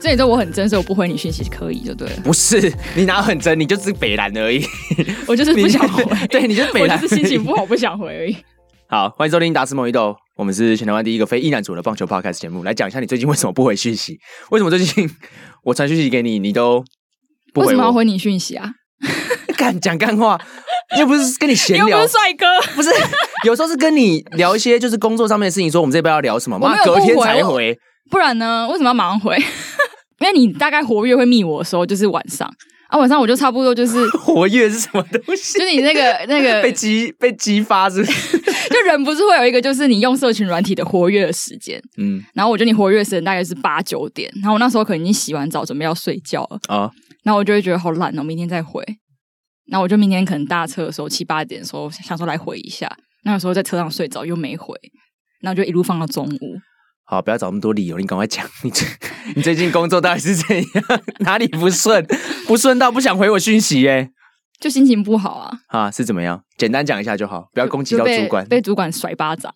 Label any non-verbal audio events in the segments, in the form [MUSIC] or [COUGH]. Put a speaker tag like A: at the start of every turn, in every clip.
A: 所以你知道我很真，所以我不回你讯息是可以就对了。
B: 不是你哪有很真，你就只是北蓝而已。
A: [LAUGHS] 我就是不想回，
B: [LAUGHS] 对，你就是
A: [LAUGHS]
B: 北
A: 我
B: 蓝
A: 就
B: 而已。
A: 是心情不好，不想回而已。
B: 好，欢迎收听达斯莫伊豆，我们是全台湾第一个非意男主的棒球 podcast 节目。来讲一下你最近为什么不回讯息？为什么最近我传讯息给你，你都 [LAUGHS] 不
A: 为
B: 回
A: 什么要
B: 我？
A: 回你讯息啊？
B: 敢讲 [LAUGHS] 干话，又不是跟你闲
A: 又不
B: 聊
A: 是，帅哥，
B: 不是 [LAUGHS] 有时候是跟你聊一些就是工作上面的事情，说我们这边要聊什么，
A: 我没
B: 妈
A: 有
B: 隔天
A: 不回
B: 才
A: 我
B: 回。
A: 不然呢？为什么要马上回？ [LAUGHS] 因为你大概活跃会密我的时候就是晚上啊，晚上我就差不多
B: [LAUGHS]
A: 就是
B: 活跃是什么东西？
A: 就是你那
B: [LAUGHS]
A: 个那个
B: 被激被激发是不
A: [LAUGHS]
B: 是？
A: 就人不是会有一个，就是你用社群软体的活跃的时间，
B: 嗯
A: 然后我觉得你活跃的时间大概是八九点，然后我那时候可能已经洗完澡准备要睡觉了，
B: 啊，
A: 然后我就会觉得好懒哦，明天再回。然后我就明天可能搭车的时候七八点的时候想说来回一下，那有时候在车上睡着又没回，然后就一路放到中午。
B: 好，不要找那么多理由，你赶快讲，你最你最近工作到底是怎样？ [LAUGHS] 哪里不顺？不顺到不想回我讯息耶、
A: 就心情不好啊，
B: 啊，是怎么样？简单讲一下就好，不要攻击
A: 就
B: 到
A: 被
B: 主管。 [LAUGHS]
A: 被主管甩巴掌。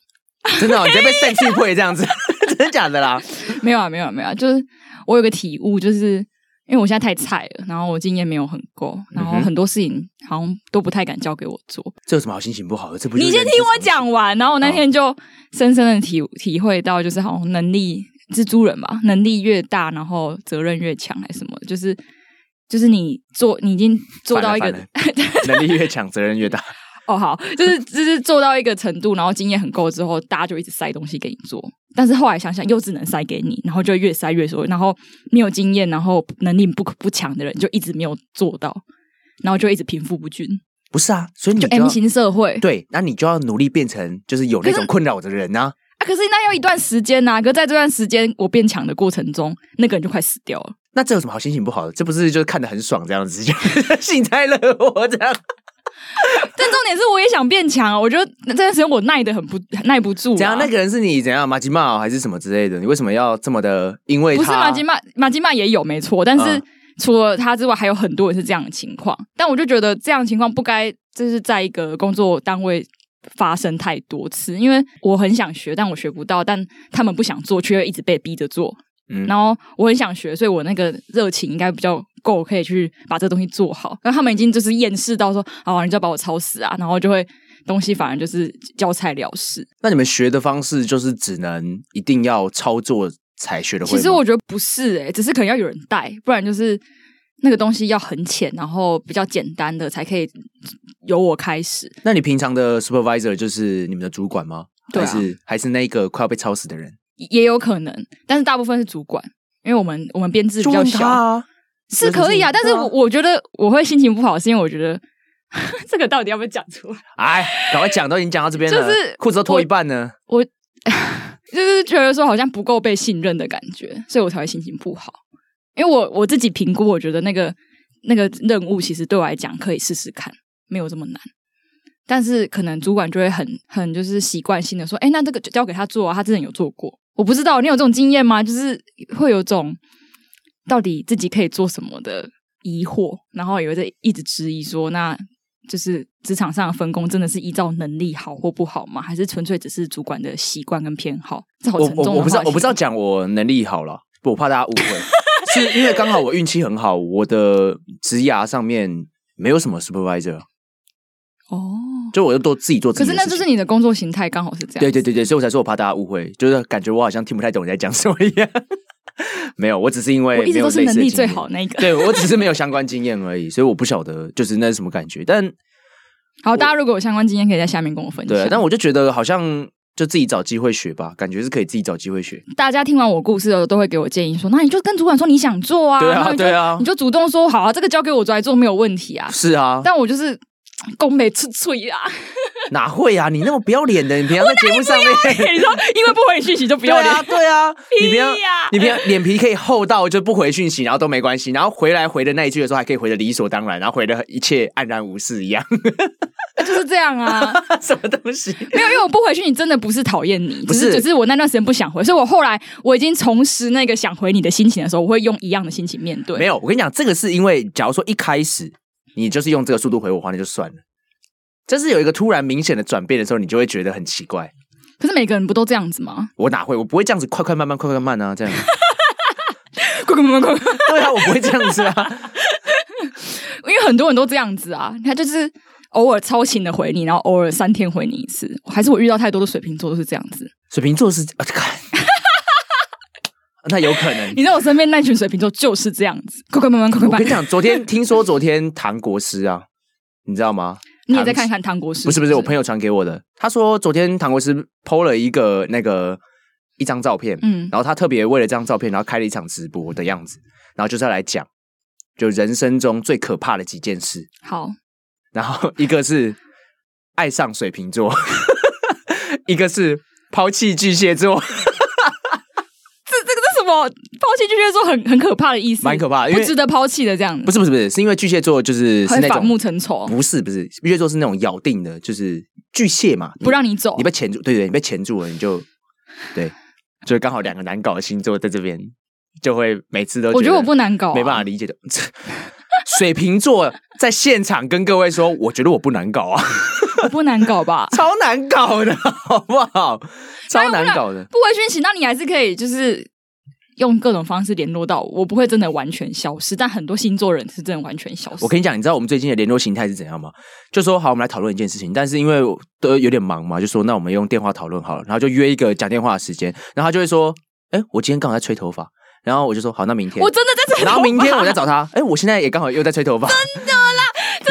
B: 真的、哦，你在被扇去会这样子， [LAUGHS] 真的假的啦？
A: 没有啊，没有啊，没有啊，就是我有个体悟，就是因为我现在太菜了，然后我经验没有很够，然后
B: 嗯哼
A: 很多事情好像都不太敢交给我做。
B: 这有什么好心情不好的？这不就是
A: 你先
B: 人
A: 听
B: 之
A: 我
B: 常
A: 讲完，然后我那天就深深的体体会到，就是好像能力蜘蛛人吧，能力越大，然后责任越强，还是什么，就是就是你做，你已经做到一个
B: 反了反了 [LAUGHS] 能力越强，责任越大。
A: 哦，好，就是就是做到一个程度，然后经验很够之后，大家就一直塞东西给你做。但是后来想想，又只能塞给你，然后就越塞越多，然后没有经验，然后能力不不强的人就一直没有做到，然后就一直贫富不均，
B: 不是啊，所以你
A: 就
B: 就要
A: M 型社会。
B: 对，那你就要努力变成就是有那种困扰的人啊。
A: 啊，可是那要一段时间呐、可是在这段时间我变强的过程中，那个人就快死掉了。
B: 那这有什么好心情不好的？这不是就是看得很爽这样子， [LAUGHS] 就是幸灾乐祸这样，
A: 但重点是，我也想变强啊！我觉得那段时间我耐得很不耐不住、啊。
B: 怎样？那个人是你怎样马吉茂还是什么之类的？你为什么要这么的？因为
A: 不是
B: 他
A: 马吉玛，马吉玛也有没错，但是
B: 嗯
A: 除了他之外，还有很多人是这样的情况。但我就觉得这样的情况不该就是在一个工作单位发生太多次，因为我很想学，但我学不到，但他们不想做，却又一直被逼着做。
B: 嗯
A: 然后我很想学，所以我那个热情应该比较够，可以去把这东西做好。然后他们已经就是厌世到说，啊，你就要把我操死啊！然后就会东西反而就是交差了事。
B: 那你们学的方式就是只能一定要操作才学得会吗。
A: 其实我觉得不是诶、只是可能要有人带，不然就是那个东西要很浅，然后比较简单的才可以由我开始。
B: 那你平常的 supervisor 就是你们的主管吗？
A: 对啊
B: 还是还是那个快要被超死的人？
A: 也有可能，但是大部分是主管，因为我们我们编制比较
B: 就问他
A: 小，
B: 啊，
A: 是可以啊。但是我我觉得我会心情不好，是因为我觉得 [LAUGHS] 这个到底要不要讲出来？
B: 哎，赶快讲，都已经讲到这边了，
A: 就是
B: 裤子都脱一半呢。
A: [LAUGHS] 就是觉得说好像不够被信任的感觉，所以我才会心情不好。因为我我自己评估，我觉得那个那个任务其实对我来讲可以试试看，没有这么难。但是可能主管就会很很就是习惯性的说，哎、那这个就交给他做啊，他之前有做过。我不知道你有这种经验吗？就是会有种到底自己可以做什么的疑惑，然后有在一直质疑说，那就是职场上的分工真的是依照能力好或不好吗？还是纯粹只是主管的习惯跟偏好？这好
B: 我
A: 沉重
B: 我
A: 的
B: 我不知道
A: 话，题
B: 我不知道讲我能力好了，我怕大家误
A: [LAUGHS]
B: 会，是因为刚好我运气很好，我的职涯上面没有什么 supervisor，
A: 哦。
B: 就我就都自己做自
A: 可
B: 己
A: 是
B: 的事
A: 那
B: 情。
A: 就是你的工作形态刚好是这样。
B: 对对对对，所以我才说我怕大家误会，就是感觉我好像听不太懂你在讲什么一样。 [LAUGHS] 没有，我只是因为
A: 我一直
B: 没有
A: 都是
B: 类似
A: 能
B: 的
A: 力
B: 经
A: 最
B: 验
A: 好那一个。
B: [LAUGHS] 对我只是没有相关经验而已，所以我不晓得就是那是什么感觉。但
A: 好，大家如果有相关经验，可以在下面跟我分享。
B: 对啊，但我就觉得好像就自己找机会学吧，感觉是可以自己找机会学。
A: 大家听完我故事后，都会给我建议说，那你就跟主管说你想做啊，
B: 对啊
A: 然后你就
B: 对啊
A: 你就主动说好啊，这个交给我来做没有问题啊。
B: 是啊，
A: 但我就是宫美脆脆
B: [LAUGHS]
A: 啊！
B: 哪会啊？你那么不要脸的，你平常在节目上面。
A: 你说因为不回讯息就不
B: 对
A: 要脸，
B: 啊，对啊，你平常
A: 屁呀
B: 你平常脸皮可以厚到就不回讯息，然后都没关系，然后回来回的那一句的时候还可以回的理所当然，然后回的一切黯然无事一样，
A: 就
B: [LAUGHS]
A: 是这样啊。
B: 什么东西？
A: 没有，因为我不回讯你，真的不是讨厌你，
B: 不
A: 只
B: 是
A: 是只是我那段时间不想回，所以我后来我已经重拾那个想回你的心情的时候，我会用一样的心情面对。
B: 没有，我跟你讲，这个是因为，假如说一开始你就是用这个速度回我的话，那就算了。就是有一个突然明显的转变的时候，你就会觉得很奇怪。
A: 可是每个人不都这样子
B: [LAUGHS]
A: 吗？
B: 我哪会？我不会这样子快快慢慢快快慢慢啊，这样。 [LAUGHS]
A: 快快快快快！
B: 对啊，我不会这样子啊。
A: 因为很多人都这样子啊，他就是偶尔超勤的回你，然后偶尔三天回你一次。还是我遇到太多的水瓶座都是这样子。
B: 水瓶座是啊，看，那有可能。
A: 你知道我身边那群水瓶座就是这样子，快快慢慢，快快
B: 我
A: 慢
B: 跟你。讲，昨天听说昨天唐国师啊，你知道吗？
A: 你也在看看唐国师？
B: 不是不是，我朋友传给我的。他说昨天唐国师 PO 了一个那个一张照片，
A: 嗯
B: 然后他特别为了这张照片，然后开了一场直播的样子，然后就是要来讲就人生中最可怕的几件事，
A: 好，
B: 然后一个是爱上水瓶座， [LAUGHS] 一个是抛弃巨蟹座，
A: 这是什么抛弃巨蟹座很很可怕的意思，
B: 蛮可怕的因为
A: 不值得抛弃的这样子，
B: 不是不是不是，是因为巨蟹座就是是
A: 很
B: 那
A: 反目
B: 种嗯
A: 成仇，
B: 不是不是巨蟹座是那种咬定的，就是巨蟹嘛，
A: 不让你走
B: 你。被钳住，对对，你被钳住了，你就对，就是刚好两个难搞的星座在这边，就会每次都
A: 我觉
B: 觉
A: 得我不难搞啊、
B: 没办法理解的。 [LAUGHS] 水瓶座在现场跟各位说，我觉得我不难搞 [LAUGHS] 啊，？
A: 我不难搞吧 [LAUGHS]
B: 超难搞的，好不好？超难搞的，
A: 不回讯息，那你还是可以就是用各种方式联络到我，我不会真的完全消失。但很多星座人是真的完全消失。
B: 我跟你讲，你知道我们最近的联络形态是怎样吗？就说好，我们来讨论一件事情，但是因为我都有点忙嘛，就说那我们用电话讨论好了，然后就约一个讲电话的时间，然后他就会说，哎，我今天刚好在吹头发，然后我就说好，那明天
A: 我真的在这，
B: 然后明天我再，找他。哎、我现在也刚好又在吹头发， [LAUGHS] 真的啦。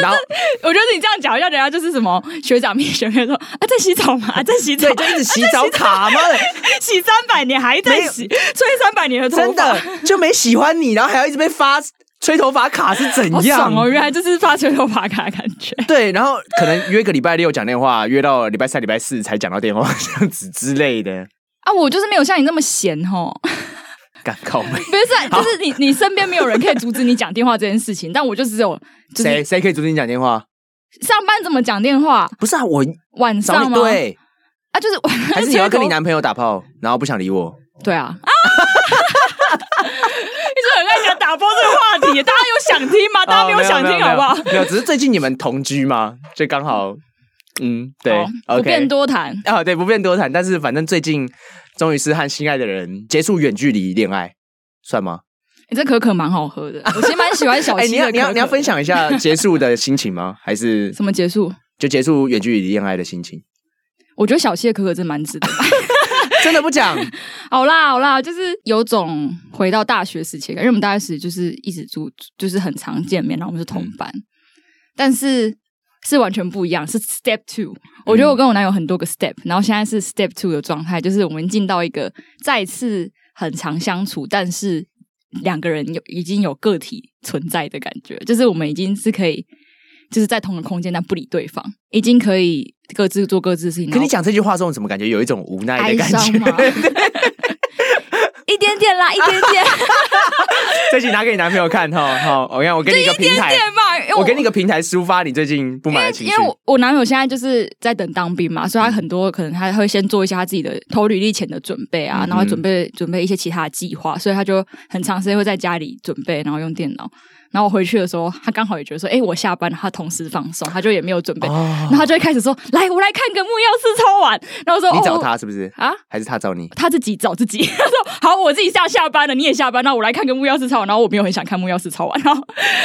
B: [LAUGHS] 然后
A: 我觉得你这样讲，一下人家就是什么学长蜜学妹说啊，在洗澡吗？
B: [LAUGHS]
A: 啊，在洗澡
B: 对，，就一直洗澡卡，妈的，
A: 洗三百年还在洗，吹三百年的头发，
B: 真的就没喜欢你，然后还要一直被发 [LAUGHS] 吹头发卡是怎
A: 好
B: 样？
A: 爽哦！原来这是发吹头发卡的感
B: [LAUGHS]
A: 觉。
B: 对，然后可能约个礼拜六讲电话，约到礼拜三、礼拜四才讲到电话，这样子之类的， [LAUGHS]
A: 啊，我就是没有像你那么闲哦，
B: 干靠妹。
A: [LAUGHS] 不是啊，就是你你身边没有人可以阻止你讲电话这件事情，但我就只有就是
B: 谁谁可以阻止你讲电话？
A: 上班怎么讲电话，
B: 不是啊，我
A: 晚
B: 找
A: 上
B: 你
A: 吗？ [LAUGHS]
B: 对，
A: 啊，就是晚上
B: 还是你要跟你
A: [LAUGHS] 吹头
B: 男朋友打炮，然后不想理我？
A: 对
B: [LAUGHS]
A: 啊啊！一直很爱想打破这个话题，大家有想听吗？ [LAUGHS] 大家没有想听好不好
B: 哦？没有没有没有没有，只是最近你们同居嘛，就刚好，嗯，对
A: 好不
B: o
A: 便
B: k
A: 多谈。
B: 啊，对，不便多谈，但是反正最近终于是和心爱的人结束远距离恋爱，算吗？
A: 你这可可蛮好喝的，我其实蛮喜欢小
B: [LAUGHS] 哎、
A: 七
B: 你
A: 的可
B: 要
A: 可。
B: 你要你要分享
A: [LAUGHS]
B: 一下结束的心情吗？还是
A: 什么结束？
B: 就结束远距离恋爱的心情？
A: 我觉得小七的可可真蛮值得。
B: 真的
A: [LAUGHS]
B: 不讲，
A: 好啦好啦，就是有种回到大学时期的感觉，因为我们大学时就是一直住，就是很常见面，然后我们是同班，但是是完全不一样，是 step two。我觉得我跟我男友很多个 step，然后现在是 step two 的状态，就是我们进到一个再次很常相处，但是两个人有已经有个体存在的感觉，就是我们已经是可以。就是在同一个空间，但不理对方，已经可以各自做各自的事情。
B: 跟
A: 然
B: 你
A: 后
B: 讲这句话之后，怎么感觉有一种无奈
A: 哀
B: 的感
A: 伤
B: 觉？ [LAUGHS]
A: 吗？ [LAUGHS] 一点点啦，一点
B: [LAUGHS]
A: 点，
B: 这期拿给你男朋友看哈，好，我看我给你一个平台，
A: 点嘛。因为
B: 我给你一个平台抒发你最近不满的情
A: 因
B: 绪
A: 为。我我男友现在就是在等当兵嘛，所以他很多可能他会先做一下他自己的投履历前的准备啊，
B: 嗯
A: 然后准备准备一些其他的计划，所以他就很长时间会在家里准备，然后用电脑。然后我回去的时候，他刚好也觉得说，哎、我下班了，他同时放松，他就也没有准备，然后
B: 哦，
A: 他就会开始说，来，我来看个木曜四超玩，然后说，
B: 你找
A: 哦
B: 他是不是？
A: 啊，
B: 还是他找你？
A: 他自己找自己， [LAUGHS] 他说：“好，我自己下下班了，你也下班，那我来看个木曜四超。”然后我没有很想看木曜四超完，然后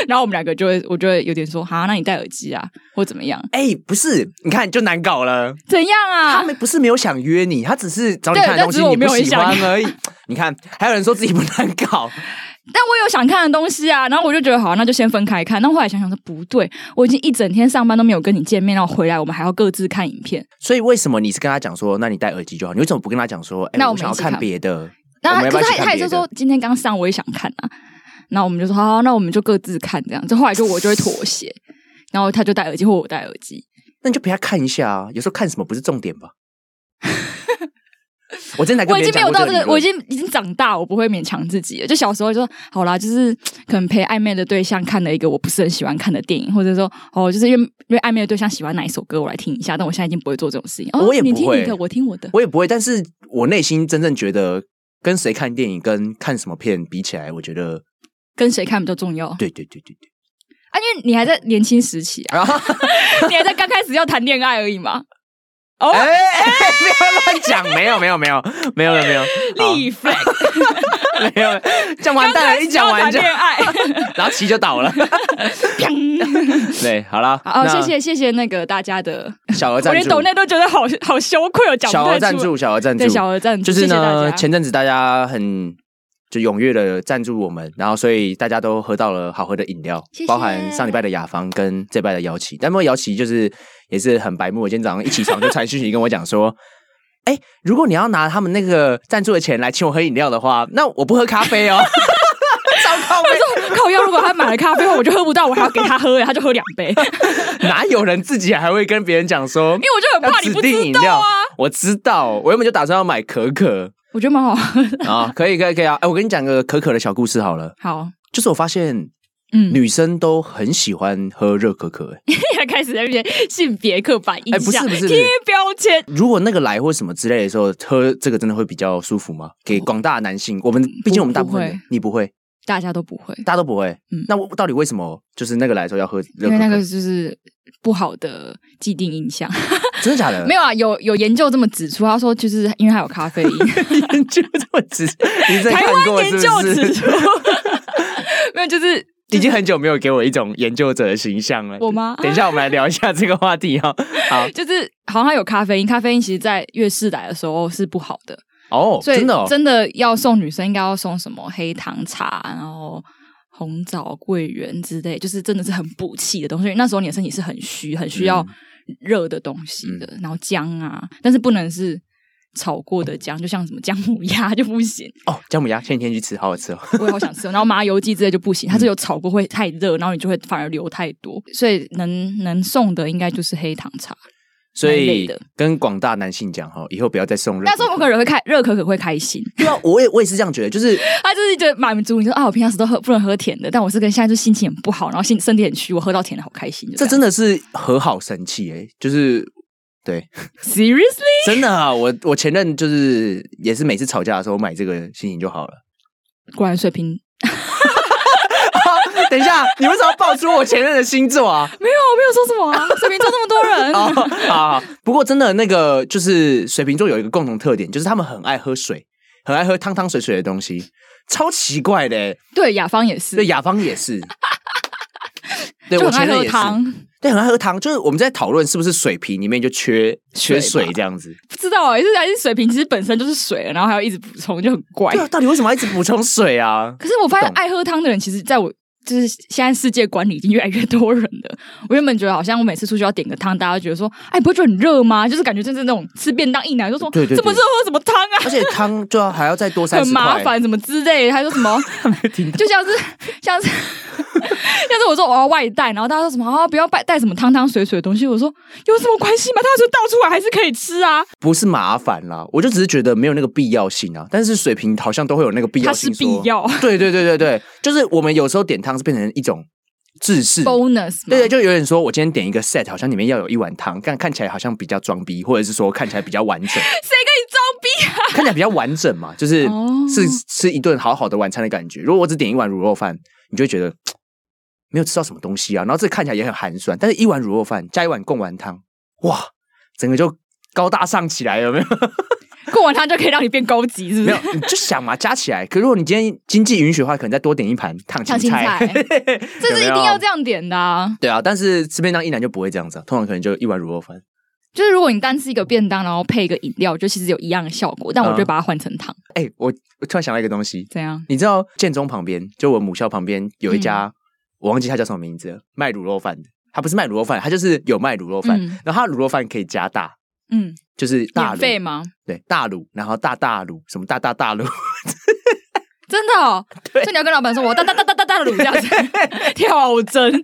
A: 然后我们两个就会， [LAUGHS] 我就会有点说：“哈，那你戴耳机啊，或怎么样？
B: 哎、不是，你看就难搞了。
A: 怎样
B: 他
A: 啊
B: 们不是没有想约你，他只是找你
A: 对
B: 看的东
A: 但只
B: 西
A: 是
B: 你
A: 我没
B: 不
A: 有
B: 喜欢
A: 很
B: 而已。你看，还有人说自己不难搞，？”
A: 但我有想看的东西啊，然后我就觉得好，那就先分开看。那后来想想说不对，我已经一整天上班都没有跟你见面，然后回来我们还要各自看影片。
B: 所以为什么你是跟他讲说，那你戴耳机就好？你为什么不跟他讲说，哎、
A: 那我
B: 我
A: 们
B: 想要
A: 一起
B: 看
A: 看
B: 别的？我
A: 那
B: 们要不
A: 可
B: 要
A: 是他
B: 去看
A: 他
B: 别
A: 也
B: 的
A: 是说今天刚上，我也想看啊。然后我们就说好，那我们就各自看这样。就后来就我就会妥协。然后他就戴耳机，或我戴耳机。
B: 那你就陪他看一下啊。有时候看什么不是重点吧？ [LAUGHS] 我真的跟
A: 我已
B: 别
A: 经没
B: 人讲
A: 有
B: 过
A: 到
B: 这
A: 这个
B: 个理，论
A: 我已经已经长大，我不会勉强自己了。就小时候就说好啦，就是可能陪暧昧的对象看了一个我不是很喜欢看的电影，或者说哦，就是因为因为暧昧的对象喜欢哪一首歌，我来听一下。但我现在已经不会做这种事情。哦，
B: 我也不
A: 你听
B: 会
A: 你的，我听我的。
B: 我也不会。但是我内心真正觉得，跟谁看电影跟看什么片比起来，我觉得
A: 跟谁看比较重要啊？啊
B: 对对对对
A: [LAUGHS]
B: 哎对。
A: 因为你还在年轻时期啊，
B: 然后，
A: 你还在刚开始要谈恋爱而已嘛。哦，
B: 哎哎，不要乱讲，
A: [LAUGHS]
B: 没有没有没有没有没有好
A: 立 flag，
B: 没有，讲 [LAUGHS] 完蛋了，一讲完就
A: 刚开始要谈，恋
B: [LAUGHS]
A: 爱。
B: 然后棋
A: [LAUGHS]
B: 就倒了。对，好了，
A: 好，
B: 那
A: 谢谢谢谢那个大家的，
B: 小额
A: 我
B: 赞
A: 连
B: 助，
A: 抖内都觉得好好羞愧哦，讲
B: 小
A: 不
B: 额
A: 太
B: 赞
A: 出
B: 助，小额赞助，
A: 对小额赞助，
B: 就是
A: 谢谢
B: 呢，
A: 大家
B: 前阵子大家很就踊跃的赞助我们，然后所以大家都喝到了好喝的饮料，
A: 谢谢
B: 包含上礼拜的雅芳跟这礼拜的姚琦。但不过姚琦就是也是很白目，我今天早上一起床就传讯息跟我讲说。哎，如果你要拿他们那个赞助的钱来请我喝饮料的话，那我不喝咖啡
A: [LAUGHS]
B: 哦。 [LAUGHS] 糟糕， [LAUGHS]
A: 靠腰，如果他买了咖啡的话，我就喝不到，我还要给他喝，他就喝两杯，因为
B: 哪有人自己还会跟别人讲说
A: 我就很
B: 要
A: 怕你
B: 指
A: 不
B: 定饮
A: 知道
B: 料
A: 啊。？
B: 我知道，我原本就打算要买可可
A: 我觉得蛮好喝的。 [LAUGHS]
B: 啊，可以可以可以啊！哎，我跟你讲个可可的小故事好了。
A: 好，
B: 就是我发现
A: 嗯，
B: 女生都很喜欢喝热可可、欸，
A: 也 [LAUGHS] 开始在那边性别刻板印
B: 哎不是
A: 象，
B: 不是不是
A: 贴标签。
B: 如果那个来或什么之类的时候，喝这个真的会比较舒服吗？给广大的男性，我们毕竟我们大部
A: 哦
B: 分
A: 不
B: 人
A: 会
B: 你不会，
A: 大家都不会，
B: 大家都不会。
A: 嗯
B: 那我到底为什么就是那个来的时候要喝
A: 因
B: 热可
A: 为
B: 可？
A: 那个就是不好的既定印象。
B: 真的假的？
A: 没有啊，有有研究这么指出，他说就是因为它有咖啡
B: [LAUGHS]
A: 因。
B: 研究这么仔细，你在
A: 台
B: 看过
A: 湾
B: 是
A: 研
B: 不
A: 究指
B: 是？
A: 出， [LAUGHS] 没有，就是
B: 已经很久没有给我一种研究者的形象了。
A: 我吗
B: 等一下，我们来聊一下这个话题啊哈。好
A: 就是好像它有咖啡因，咖啡因其实在月事来的时候是不好的，
B: 哦，
A: 所以
B: 真的、哦，
A: 真的要送女生应该要送什么黑糖茶，然后红枣桂圆之类，就是真的是很补气的东西。因为那时候你的身体是很虚，很需
B: 嗯
A: 要热的东西的，然后姜啊，但是不能是。炒过的姜，就像什么姜母鸭就不
B: [LAUGHS]
A: 行，
B: 哦，姜母鸭前几天去吃，好好吃哦。
A: 我也好想吃哦。然后麻油鸡之类就不行，它是有炒过会太热，然后你就会反而流太多，所以能能送的应该就是黑糖茶。
B: 所
A: 那一类
B: 以
A: 的
B: 跟广大男性讲哈，以后不要再送热可
A: 但
B: 可。
A: 是我们可能会开热可可会开心，
B: 对啊， [LAUGHS] 我也我也是这样觉得， [LAUGHS] 就是
A: 他就是觉得满足你说啊，我平常时都喝不能喝甜的，但我是跟现在就心情很不好，然后心身体很虚，我喝到甜的好开心。就
B: 这
A: 这
B: 真的是和好神器诶、就是对，
A: seriously
B: 真的啊，我我前任就是也是每次吵架的时候买这个心情就好了。 [LAUGHS]
A: 果然水平
B: 等一下，你为什么要爆出我前任的星座啊？ [LAUGHS]
A: 没有没有说什么啊，水瓶座这么多 [LAUGHS] 人，
B: 啊、好好不过真的那个就是水瓶座有一个共同特点，就是他们很爱喝水，很爱喝汤汤水水的东西，超奇怪的、欸。
A: 对雅芳也是
B: 对，，雅芳也 [LAUGHS] 是，对
A: 就
B: 我
A: 很爱
B: 前任
A: 喝
B: 也是，
A: 汤，
B: 对，很爱喝汤。就是我们在讨论是不是水瓶里面就缺缺
A: 水吧
B: 水这样子。
A: 不知道哎、欸，就是还是水瓶其实本身就是水了，然后还要一直补充，就很怪
B: 对。啊，到底为什么要一直补充水啊？
A: 可是我发现
B: 懂
A: 爱喝汤的人，其实在我就是现在世界观里已经越来越多人了。我原本觉得好像我每次出去要点个汤，大家都觉得说，哎，不会觉得很热吗？就是感觉真是那种吃便当一男就说，
B: 对对对
A: 这么热喝什么汤啊？
B: [LAUGHS] 而且汤就要还要再多三
A: 很
B: 十块，
A: 麻烦，什么之类的，还说什
B: [LAUGHS]
A: 么，就像是像是 [LAUGHS] 像是我说我要外带，然后大家说什么啊，不要带带什么汤汤水水的东西，我说有什么关系吗？他说倒出来还是可以吃啊，
B: 不是麻烦啦，我就只是觉得没有那个必要性啊。但是水瓶好像都会有那个必要
A: 它是
B: 性说，
A: 必要
B: [LAUGHS] 对对对对对，就是我们有时候点汤是变成一种制式。
A: bonus 嘛
B: 对对，就有点说，我今天点一个 set，好像里面要有一碗汤，看看起来好像比较装逼，或者是说看起来比较完整，
A: 谁跟你装逼啊？
B: 看起来比较完整嘛，就是、
A: 哦
B: 是吃一顿好好的晚餐的感觉。如果我只点一碗卤肉饭，你就会觉得嘖没有吃到什么东西啊，然后这看起来也很寒酸。但是一碗卤肉饭加一碗贡丸汤，哇，整个就高大上起来，有
A: [LAUGHS]
B: 没有？
A: 过完它就可以让你变高级，是不
B: 没
A: 是
B: 有？，你就想嘛，加起来。可如果你今天经济允许的话，可能再多点一盘烫青
A: 烫青
B: 菜，
A: 菜这是一定要这
B: 样。
A: 样点的啊。
B: [LAUGHS] 对啊，但是吃便当一男就不会这样子、啊，通常可能就一碗卤肉饭。
A: 就是如果你单吃一个便当，然后配一个饮料，就其实有一样的效果，但我就会把它换成汤，
B: 哎、我我突然想到一个东西，
A: 怎样？
B: 你知道建中旁边，就我母校旁边有
A: 嗯
B: 一家，我忘记它叫什么名字了，卖卤肉饭的。它不是卖卤肉饭，它就是有卖卤肉饭，
A: 嗯
B: 然后它的卤肉饭可以加大，
A: 嗯，
B: 就是大
A: 免费
B: 卤，
A: 吗？
B: 对，大卤，然后大大卤，什么大大大卤，
A: 真的哦，所以你要跟老板说，我哒哒哒哒哒哒的卤这样子 [LAUGHS] 跳针，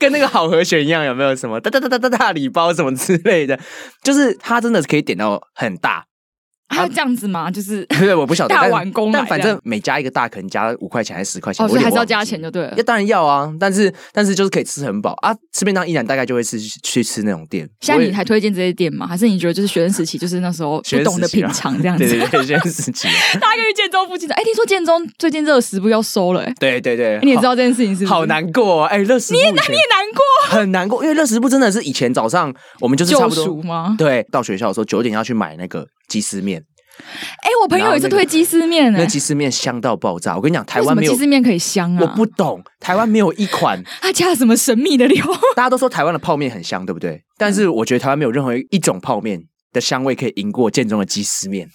B: 跟那个好和弦一样，有没有什么哒哒哒哒哒大礼包什么之类的？就是它真的是可以点到很大，
A: [LAUGHS] 还有这样子吗？
B: [LAUGHS]
A: 就是
B: 对，我不晓得
A: 大
B: 但
A: 碗公来
B: 但反
A: 这样
B: 正每加一个大，可能加五块钱还是十块钱，
A: 哦，
B: 我
A: 所
B: 有
A: 以还
B: 点
A: 是要
B: 忘
A: 加
B: 记
A: 钱就对了
B: 也。当然要啊，但是但是就是可以吃很饱啊，吃便当依然大概就会吃去吃那种店。
A: 现
B: 我
A: 在
B: 也
A: 你还推荐这些店吗？还是你觉得就是学生时期，就是那时候
B: 学
A: 不
B: 生
A: 懂得
B: 时期
A: 品
B: 啊
A: 尝这样子？
B: [LAUGHS] 对对对，学生时期，
A: [LAUGHS] 大家可以去建中附近的。哎、听说建中最近热食部要收了、哎、
B: 对对对，
A: [LAUGHS] 你也知
B: 好
A: 道这件事情是不是
B: 好难过哦哎，乐食你也你也
A: 难过，
B: [LAUGHS] 很难过，因为乐食部真的是以前早上我们就是差
A: 救
B: 不
A: 赎
B: 多
A: 吗？
B: 对到学校的时候九点要去买那个鸡丝面，
A: [LAUGHS] 哎、我朋友有一次推鸡丝面、
B: 那
A: 哎、
B: 鸡丝面香到爆炸，我跟你讲，台湾
A: 为
B: 没
A: 什
B: 有
A: 么鸡丝面可以香啊？
B: 我不，懂，台湾没有一
A: [LAUGHS]
B: 款，
A: 他加了什么神秘的料？ [LAUGHS]
B: 大家都说台湾的泡面很香，对不对？但是我觉得台湾没有任何一种泡面的香味可以赢过建中的鸡丝面。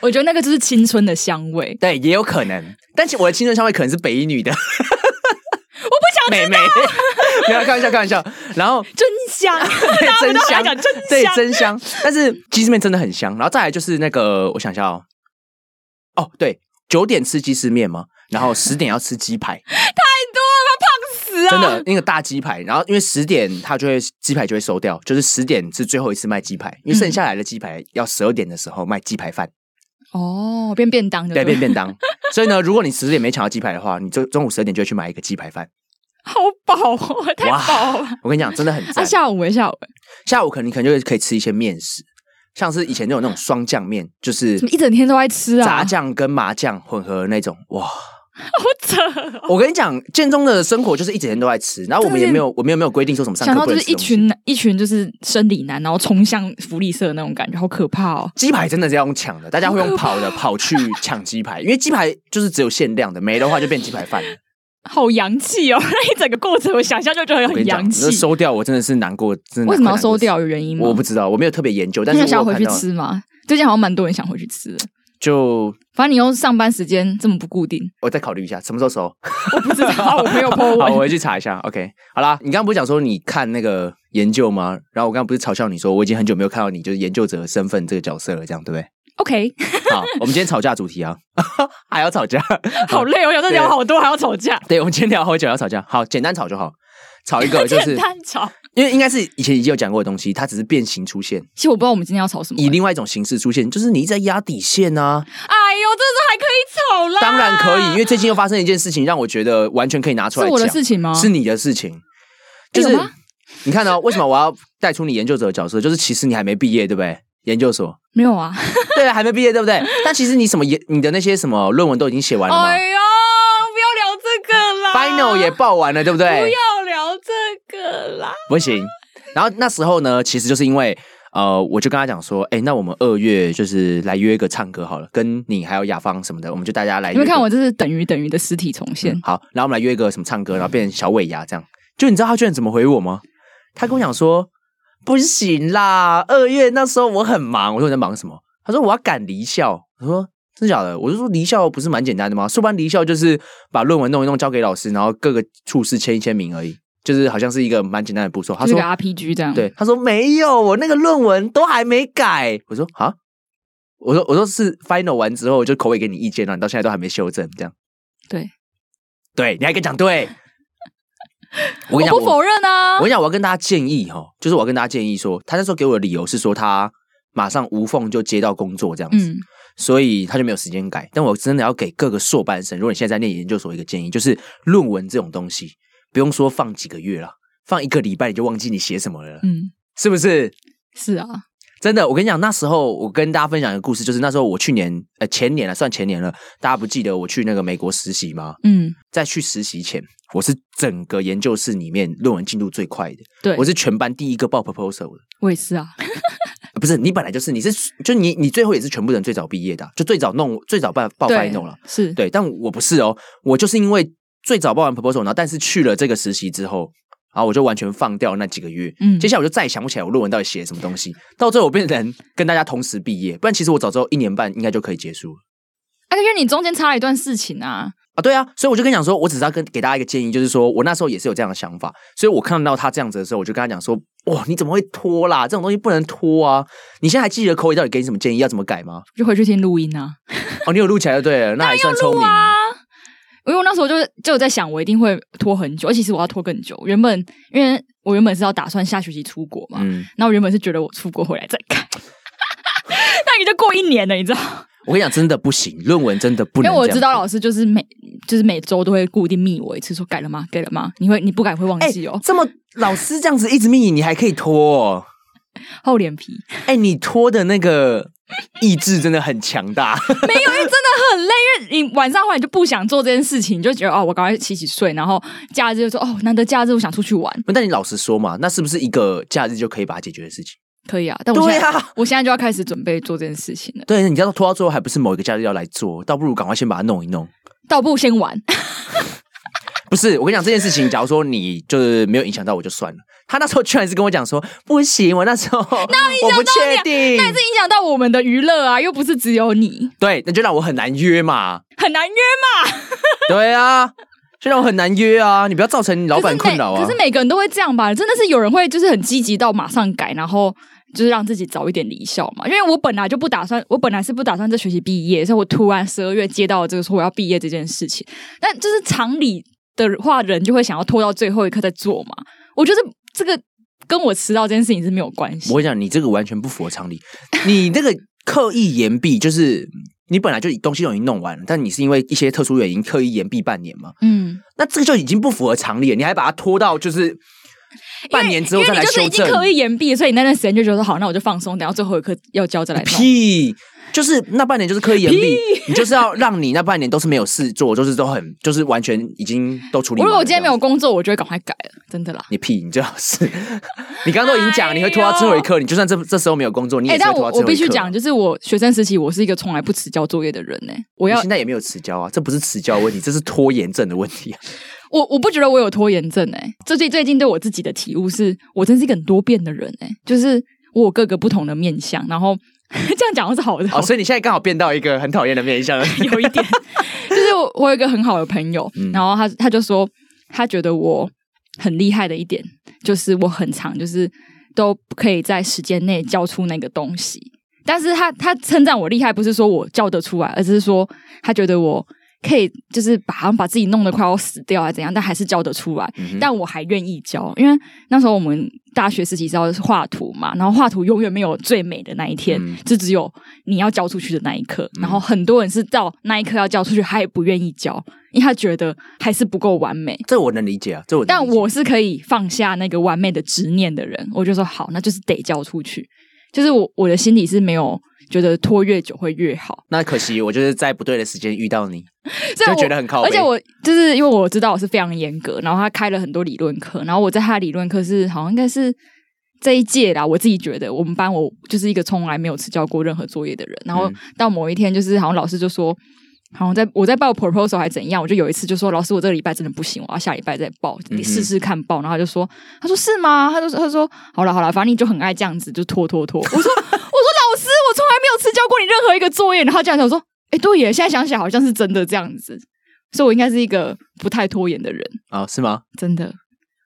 A: 我觉得那个就是青春的香味。
B: 对，也有可能，但是我的青春香味可能是北一女的。我 [LAUGHS] 不想
A: 啊
B: 妹妹， [LAUGHS] 没有开玩笑，开玩笑。然后
A: 真
B: [LAUGHS]
A: 香，
B: 对真
A: 都还
B: 香，
A: 讲真 [LAUGHS] 香
B: 对真香。但是鸡丝面真的很香。然后再来就是那个，我想一下哦，哦对，九点吃鸡丝面吗？然后十点要吃鸡
A: [LAUGHS]
B: 排，
A: 死啊！
B: 真的那个大鸡排。然后因为十点它就会鸡排就会收掉，就是十点是最后一次卖鸡排，因为剩下来的鸡排要十二点的时候卖鸡排饭。
A: 哦，变便当的，
B: 对，变便当。所以呢，如果你十点没抢到鸡排的话，你就中午十二点就会去买一个鸡排饭。
A: 好饱哦，太
B: 哇
A: 饱了。
B: 我跟你讲，真的很 [LAUGHS] 赞。
A: 啊，下午哎，下午哎，
B: 下午可能你可能就可以吃一些面食，像是以前那种那种双酱面，就是
A: 怎么一整天都在吃啊？
B: 炸酱跟麻酱混合的那种。
A: [LAUGHS]
B: 哇，
A: 我扯，
B: [LAUGHS] 我跟你讲，建中的生活就是一整天都在吃，然后我们也没有我们也没有规定说什么上
A: 想
B: 课
A: 到
B: 不
A: 就
B: 能
A: 是
B: 吃
A: 一
B: 东西
A: 群男一群就是生理男，然后冲向福利社那种感觉，好可怕哦。
B: 鸡排真的是要用抢的，大家会用跑的跑去抢鸡排，因为鸡排就是只有限量的，没的话就变鸡排饭了。
A: 好洋气哦！ [LAUGHS] 那一整个过程，我想象就觉得
B: 我跟
A: [LAUGHS] 很
B: 你讲，
A: 洋
B: 那
A: 气。
B: 收掉我真的是难过，真的
A: 为什么要
B: 难过
A: 收掉？有原因吗？
B: 我不知道，我没有特别研究，但
A: 你
B: 是
A: 有想要
B: 我
A: 回
B: 看
A: 去
B: 到
A: 吃吗？最近好像蛮多人想回去吃的。
B: 就
A: 反正你又上班时间这么不固定，
B: 我再考虑一下什么时候熟。
A: 我不知道，
B: [LAUGHS]
A: 哦我没有 po
B: 好，我
A: 文。
B: 回去查一下。OK，好啦，你刚刚不是讲说你看那个研究吗？然后我刚刚不是嘲笑你说我已经很久没有看到你就是研究者身份这个角色了，这样对不 [LAUGHS]
A: OK，
B: 对？好，我们今天吵架主题啊， [LAUGHS] 还要吵架。 [LAUGHS]
A: 好累哦，要再聊好多，还要吵架，
B: 对，我们今天聊好久要吵架，好，简单吵就好。
A: [LAUGHS]
B: 吵一个 [LAUGHS] 就
A: 简
B: 是，
A: 单吵。
B: 因为应该是以前已经有讲过的东西，它只是变形出现，
A: [LAUGHS] 其实我不知道我们今天要吵什么。
B: 以另外一种形式出现，就是你一直在压底线
A: [LAUGHS] 哎
B: 啊。
A: 呦，这是还可以吵啦！
B: 当然可以，因为最近又发生一件事情，让我觉得完全可以拿出来
A: 是
B: 讲。
A: 我的事情吗？哎
B: 是你的事情，就
A: 有
B: 是
A: 吗
B: 你看哦到为什么我要带出你研究者的角色？就是其实你还没毕业，对不对？研究所， [LAUGHS]
A: 没有啊？
B: 对啊，还没毕业，对不对？但其实你什么研，你的那些什么论文都已经写完了嘛、
A: 哎呦，不要聊这个啦
B: f i n a l 也报完了，对不
A: 不
B: 对？
A: 要聊这个啦。
B: 不行。然后那时候呢，其实就是因为呃，我就跟他讲说，哎，那我们二月就是来约一个唱歌好了，跟你还有雅芳什么的，我们就大家来约
A: 你
B: 一个。
A: 们看我这是等于等于的尸体重现。
B: 好，然后我们来约一个什么唱歌，然后变成小尾牙这样。就你知道他居然怎么回我吗？他跟我讲说不行啦，二月那时候我很忙。我说你在忙什么？他说我要赶离校。我说真假的？我就说离校不是蛮简单的吗？说不然离校就是把论文弄一弄交给老师，然后各个处室签一签名而已，就是好像是一个蛮简单的步骤。他
A: 就是
B: 说
A: 个 RPG 这样。
B: 对，他说没有，我那个论文都还没改。我说啊，我说我说是 final 完之后我就口尾给你意见了，你到现在都还没修正，这样
A: 对，
B: 对，你还跟
A: [LAUGHS]
B: 讲对。我
A: 我
B: 跟你讲，
A: 不否认啊
B: 我跟。你讲，我要跟大家建议哈，就是我要跟大家建议说，他那时候给我的理由是说他马上无缝就接到工作这样子，
A: 嗯，
B: 所以他就没有时间改。但我真的要给各个硕班生，如果你现在在念研究所，一个建议就是论文这种东西，不用说放几个月了，放一个礼拜你就忘记你写什么了，
A: 嗯，
B: 是不是？
A: 是啊，
B: 真的，我跟你讲，那时候我跟大家分享一个故事，就是那时候我去年呃前年了，算前年了，大家不记得我去那个美国实习吗？
A: 嗯，
B: 在去实习前，我是整个研究室里面论文进度最快的，
A: 对，
B: 我是全班第一个报 proposal 的。
A: 我也是啊，
B: 呃不是你本来就是，你是就你你最后也是全部人最早毕业的啊、就最早弄最早办报
A: 对
B: final 了。
A: 是，
B: 对，但我不是哦，我就是因为最早报完 proposal，然后但是去了这个实习之后，然后我就完全放掉那几个月。
A: 嗯
B: 接下来我就再也想不起来我论文到底写什么东西，到最后我变成跟大家同时毕业，不然其实我早知道一年半应该就可以结束了。
A: 而且因为你中间插了一段事情啊，
B: 啊，对啊，所以我就跟你讲说，我只是要跟给大家一个建议，就是说我那时候也是有这样的想法，所以我看到他这样子的时候，我就跟他讲说，哇，你怎么会拖啦？这种东西不能拖啊！你现在还记得口语到底给你什么建议，要怎么改吗？
A: 就回去听录音啊。
B: 哦，你有录起来就对了，那还算聪明。
A: 因为我那时候就是就有在想，我一定会拖很久，而其实我要拖更久。原本因为我原本是要打算下学期出国嘛，
B: 嗯，
A: 那我原本是觉得我出国回来再看， [LAUGHS] 那也就过一年了，你知道？
B: 我跟你讲，真的不行，论文真的不
A: 因为
B: 能。
A: 我知道，老师就是每就是每周都会固定密我一次，说改了吗？改了吗？你会你不改会忘
B: 哎、
A: 记哦，
B: 这么老师这样子一直密你，还可以拖、哦？
A: 厚脸皮，
B: 哎、你拖的那个意志真的很强 [LAUGHS] 大。
A: 没有，因为真的很累，因为你晚上后来你就不想做这件事情，你就觉得哦，我赶快洗洗睡，然后假日就说哦，难得假日我想出去玩，
B: 但你老实说嘛，那是不是一个假日就可以把它解决的事情？
A: 可以啊。但我
B: 对
A: 现在、
B: 啊
A: [LAUGHS] 我现在就要开始准备做这件事情了，
B: 对，你知道拖到最后还不是某一个假日要来做，倒不如赶快先把它弄一弄。
A: 倒不如先玩。
B: 不是，我跟你讲这件事情，假如说你就是没有影响到我就算了。他那时候居然是跟我讲说，不行，我那时 [LAUGHS] 候我不确定，
A: 但是影响到我们的娱乐啊，又不是只有你，
B: 对，那就让我很难约嘛。
A: 很难约
B: 对啊，就让我很难约啊，你不要造成老板
A: 可是
B: 困扰啊。
A: 每可是每个人都会这样吧？真的是有人会就是很积极到马上改，然后就是让自己早一点离校嘛。因为我本来就不打算，我本来是不打算这学期毕业，所以我突然十二月接到了这个说我要毕业这件事情。但就是常理的话，人就会想要拖到最后一刻再做嘛。我觉得这个跟我迟到这件事情是没有关系
B: 我。跟你讲，你这个完全不符合常理，你那个刻意延毕，就是你本来就东西都已经弄完了，但你是因为一些特殊原因刻意延毕半年嘛？
A: 嗯，
B: 那这个就已经不符合常理了，你还把它拖到就是半年之
A: 因
B: 后
A: 为
B: 再
A: 你
B: 来
A: 就是
B: 修
A: 已经
B: 正。
A: 可以延毕，所以你那段时间就觉得说好，那我就放松，等到最后一刻要交再来弄。
B: 屁！就是那半年就是刻意延毕，你就是要让你那半年都是没有事做，就是都很就是完全已经都处理
A: 我
B: 完
A: 如
B: 了。
A: 果我今天没
B: 这样
A: 有工作，我就会赶快改了，真的啦。
B: 你屁，你最好是， [LAUGHS] 你刚刚都已经讲，你会拖到最后一刻，你就算这这时候没有工作，你也
A: 哎、
B: 是
A: 但
B: 会拖
A: 我
B: 到最
A: 我
B: 后一刻。
A: 必须讲，，就是我学生时期，我是一个从来不迟交作业的人呢、我
B: 我
A: 要
B: 现在也没有迟交啊，这不是迟交的问题，这是拖延症的问题。啊
A: 我我不觉得我有拖延症哎、最近最近对我自己的体悟是，我真是一个很多变的人哎、就是我有各个不同的面相，然后 [LAUGHS] 这样讲是好的，
B: 哦，所以你现在刚好变到一个很讨厌的面相，
A: [LAUGHS] 有一点，就是我我有一个很好的朋友，
B: 嗯
A: 然后他他就说他觉得我很厉害的一点就是我很长就是都可以在时间内交出那个东西，但是他他称赞我厉害，不是说我叫得出来，而是说他觉得我。可以，就是把好像把自己弄得快要死掉啊，怎样？但还是交得出来，
B: 嗯哼
A: 但我还愿意交，因为那时候我们大学时期是要画图嘛，然后画图永远没有最美的那一天，
B: 嗯
A: 就只有你要交出去的那一刻。然后很多人是到那一刻要交出去，他也不愿意交，因为他觉得还是不够完美。
B: 这我能理解啊，这我能
A: 但
B: 理解
A: 我是可以放下那个完美的执念的人，我就说好，那就是得交出去。就是我我的心里是没有觉得拖越久会越好，
B: 那可惜我就是在不对的时间遇到你，
A: 所以
B: 就
A: 我
B: 觉得很靠背
A: 而且我就是因为我知道我是非常严格，然后他开了很多理论课，然后我在他的理论课是好像应该是这一届啦，我自己觉得我们班我就是一个从来没有迟交过任何作业的人，然后
B: 嗯
A: 到某一天就是好像老师就说。好像在我在报 proposal 还怎样，我就有一次就说老师，我这个礼拜真的不行，我要下礼拜再报，
B: 嗯哼
A: 试试看报。然后他就说，他说是吗？他就说他说好了好了，反正你就很爱这样子，就拖拖拖。我说我说老师，我从来没有迟交过你任何一个作业。然后他这样想说，哎、对耶，现在想起来好像是真的这样子，所以我应该是一个不太拖延的人，
B: 啊、是吗？
A: 真的。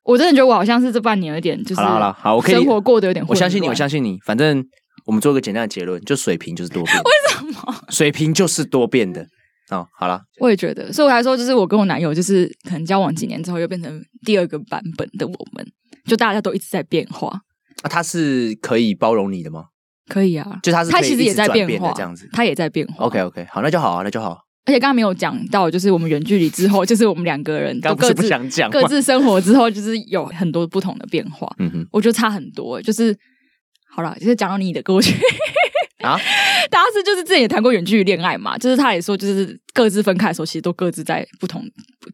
A: 我真的觉得我好像是这半年有点就是
B: 好了好了，好，我可以
A: 生活过得有点混
B: 我
A: 乱
B: 相信你，我相信你。反正我们做个简单的结论，就水平就是多
A: [LAUGHS]
B: 变。为什么？水平就是多变的。哦，好了，
A: 我也觉得，所以我才说，就是我跟我男友，就是可能交往几年之后，又变成第二个版本的我们，就大家都一直在变化。
B: 那、他啊是可以包容你的吗？
A: 可以啊，
B: 就他是
A: 他
B: 可以
A: 其实
B: 一
A: 也
B: 直
A: 在
B: 转
A: 变
B: 变的
A: 化，
B: 这样子
A: 他也在变化。
B: OK OK，好，那就好啊，那就好。
A: 而且刚刚没有讲到，就是我们远距离之后，就是我们两个人都
B: 刚不
A: 各
B: 是
A: 自
B: 不想讲吗
A: 各？自生活之后，就是有很多不同的变化。
B: 嗯哼
A: 我觉得差很多，欸就是好了，就是讲到你的过去，
B: 啊，
A: [LAUGHS] 大家是就是之前也谈过远距离恋爱嘛，就是他也说，就是各自分开的时候，其实都各自在不同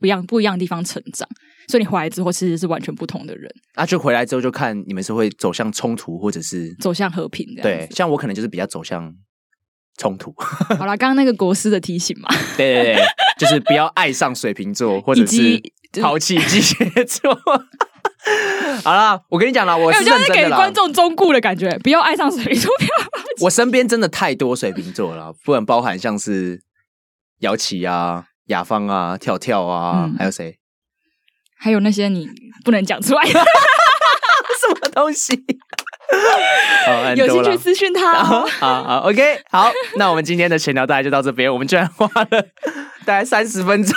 A: 不一样不一样的地方成长，所以你回来之后其实是完全不同的人，
B: 啊，就回来之后就看你们是会走向冲突，或者是
A: 走向和平这样
B: 对
A: 子，。
B: 像我可能就是比较走向
A: [LAUGHS]
B: 冲突。
A: 好啦，刚刚那个国师的提醒嘛，
B: 对对对，就是不要爱上水瓶座，或者
A: 以及
B: 是抛弃巨蟹座。 [LAUGHS] 好啦，我跟你讲啦，我
A: 哎
B: 是
A: 我觉
B: 认
A: 得是
B: 真的
A: 给
B: 啦。
A: 观众忠顾的感觉，不要爱上水瓶座，
B: 我身边真的太多水瓶座了，不然包含像是姚琪啊、雅芳啊、跳跳啊，
A: 嗯
B: 还有谁？
A: [LAUGHS]
B: [LAUGHS]
A: 还有那些你不能讲出来的，
B: 什么东西？ [LAUGHS] 好
A: 有兴趣
B: 趣
A: 私讯
B: [LAUGHS]
A: 他
B: 好
A: 哦。
B: 好好，OK，好，那我们今天的闲聊大概就到这边。我们居然花了大概三十分钟，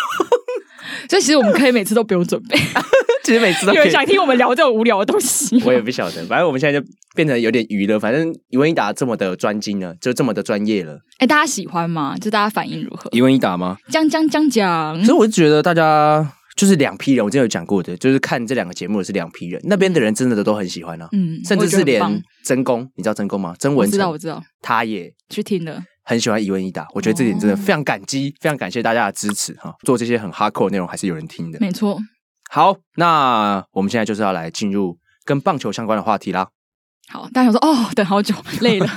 A: 所以其实我们可以每次都不用准备，
B: 其实每次
A: [LAUGHS]
B: 都
A: 有
B: 可
A: 人
B: [LAUGHS] 以。
A: 想听我们聊这种无聊的东西吗。
B: [LAUGHS] 我也不晓得，反正我们现在就变得有点娱乐。反正一问一答这么的专精了，就这么的专业了。
A: 哎，大家喜欢吗？就大家反应如
B: [LAUGHS]
A: 何？
B: 一问一答吗？
A: 讲讲讲讲，
B: 所以我就觉得大家就是两批人，我之前有讲过的，就是看这两个节目的是两批人，那边的人真的都很喜欢啊，
A: 嗯，
B: 甚
A: 我
B: 至
A: 觉
B: 是
A: 得很棒
B: 连真宫，你知道真宫吗？曾
A: 我
B: 文
A: 知道
B: 成
A: 我知道
B: 他也
A: 去听了，
B: 很喜欢一问一答，我觉得这点真的非常感激，非常感谢大家的支持哈。做这些很 hardcore 的内容还是有人听的。
A: 没错。
B: 好，那我们现在就是要来进入跟棒球相关的话题
A: [LAUGHS]
B: 啦。
A: 好，大家想说哦， [LAUGHS] 等好久，累
B: [LAUGHS]
A: 了。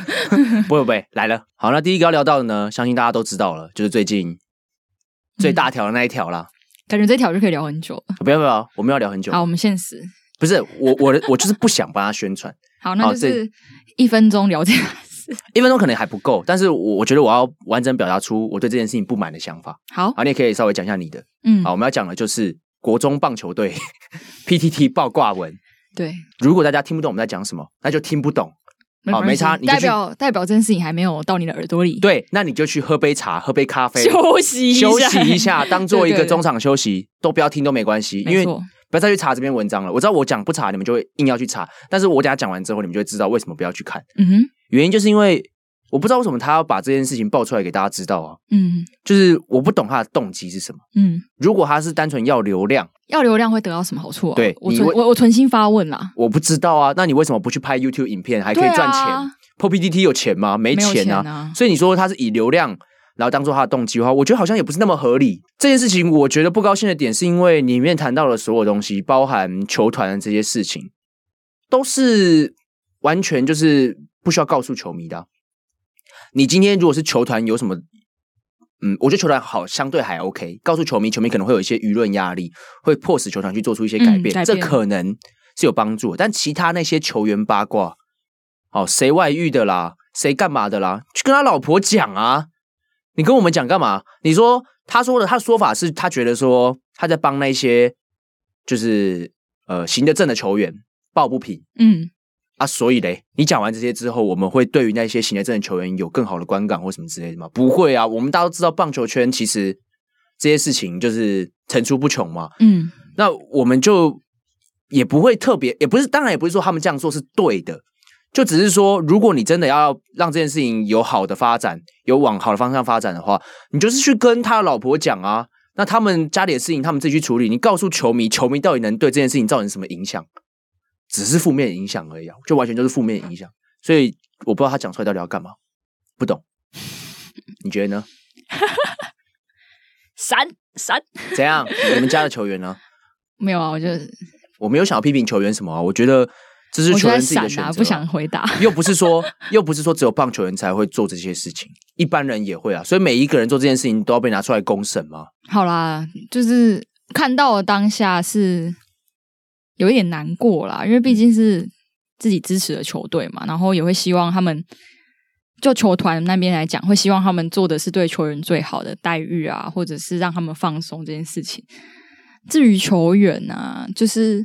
B: 不会不会，来了。好，那第一个要聊到的呢，相信大家都知道了，就是最
A: 嗯
B: 近最大条的那一条啦。
A: 感觉这条就可以聊很久了。
B: 不要不要，我们要聊很久
A: 好，。我们限时。
B: 不是我我的我就是不想帮他宣传，
A: 好，
B: 好
A: 那就
B: 这
A: 是一分钟了解事。
B: 一分钟可能还不够，但是我我觉得我要完整表达出我对这件事情不满的想法。
A: [LAUGHS] 好，
B: 好，你也可以稍微讲一下你的。
A: 嗯
B: 好，，我们要讲的就是国中棒球队 [LAUGHS]
A: [LAUGHS]
B: PTT 爆挂文。
A: 对，
B: 如果大家听不懂我们在讲什么，那就听不懂。好
A: 关系
B: 没差你就
A: 代
B: 去
A: 表代表这件事情还没有到你的耳朵里。，
B: 对，那你就去喝杯茶，喝杯咖啡，
A: 休息 [LAUGHS] 一下
B: 休息一下，当做一
A: 对
B: 个
A: 对对
B: 中场休息，都不要听都没关系，因
A: 没
B: 为
A: 错
B: 不要再去查这篇文章了。我知道我讲不查，你们就会硬要去查，但是我等一下讲完之后，你们就会知道为什么不要去看。
A: 嗯哼，
B: 原因就是因为我不知道为什么他要把这件事情爆出来给大家知道啊，
A: 嗯
B: 就是我不懂他的动机是什么。
A: 嗯，
B: 如果他是单纯要流量，
A: 要流量会得到什么好处啊？
B: 对
A: 我
B: 你
A: 存
B: 会
A: 我我存心发问啦，
B: 我不知道啊，那你为什么不去拍 YouTube 影片，还可以
A: 对啊
B: 赚钱、p o p d t 有钱吗？没
A: 没有
B: 钱
A: 钱
B: 啊。
A: 啊
B: 所以你说他是以流量。然后当做他的动机的话，我觉得好像也不是那么合理。这件事情，我觉得不高兴的点是因为里面谈到的所有东西，包含球团的这些事情，都是完全就是不需要告诉球迷的啊、你今天如果是球团有什么，嗯，我觉得球团好相对还 OK，告诉球迷，球迷可能会有一些舆论压力，会迫使球团去做出一些改变，
A: 嗯改变
B: 这可能是有帮助的。但其他那些球员八卦，哦，谁外遇的啦，谁干嘛的啦，去跟他老婆讲啊。你跟我们讲干嘛？你说他说的，他说法是他觉得说他在帮那些就是呃行得正的球员抱不平，
A: 嗯，
B: 啊，所以嘞，你讲完这些之后，我们会对于那些行得正的球员有更好的观感或什么之类的吗？不会啊，我们大家都知道棒球圈其实这些事情就是层出不穷嘛。
A: 嗯，
B: 那我们就也不会特别，也不是，当然也不是说他们这样做是对的，就只是说，如果你真的要让这件事情有好的发展，有往好的方向发展的话，你就是去跟他的老婆讲啊，那他们家里的事情他们自己去处理，你告诉球迷，球迷到底能对这件事情造成什么影响？只是负面影响而已、啊，就完全就是负面影响，所以我不知道他讲出来到底要干嘛，不懂。你觉得呢？
A: 闪闪
B: 怎样？你们家的球员呢？
A: 没有啊，我就
B: 我没有想要批评球员什么啊，我觉得这是
A: 我就
B: 球
A: 在
B: 员自己
A: 闪
B: 的选择啊、
A: 啊，不想回答。
B: 又不是说，又不是说只有棒球员才会做这些事情，一般人也会啊。所以每一个人做这件事情都要被拿出来公审嘛。
A: 好啦，就是看到的当下是有一点难过啦，因为毕竟是自己支持的球队嘛，然后也会希望他们就球团那边来讲，会希望他们做的是对球员最好的待遇啊，或者是让他们放松这件事情。至于球员啊，就是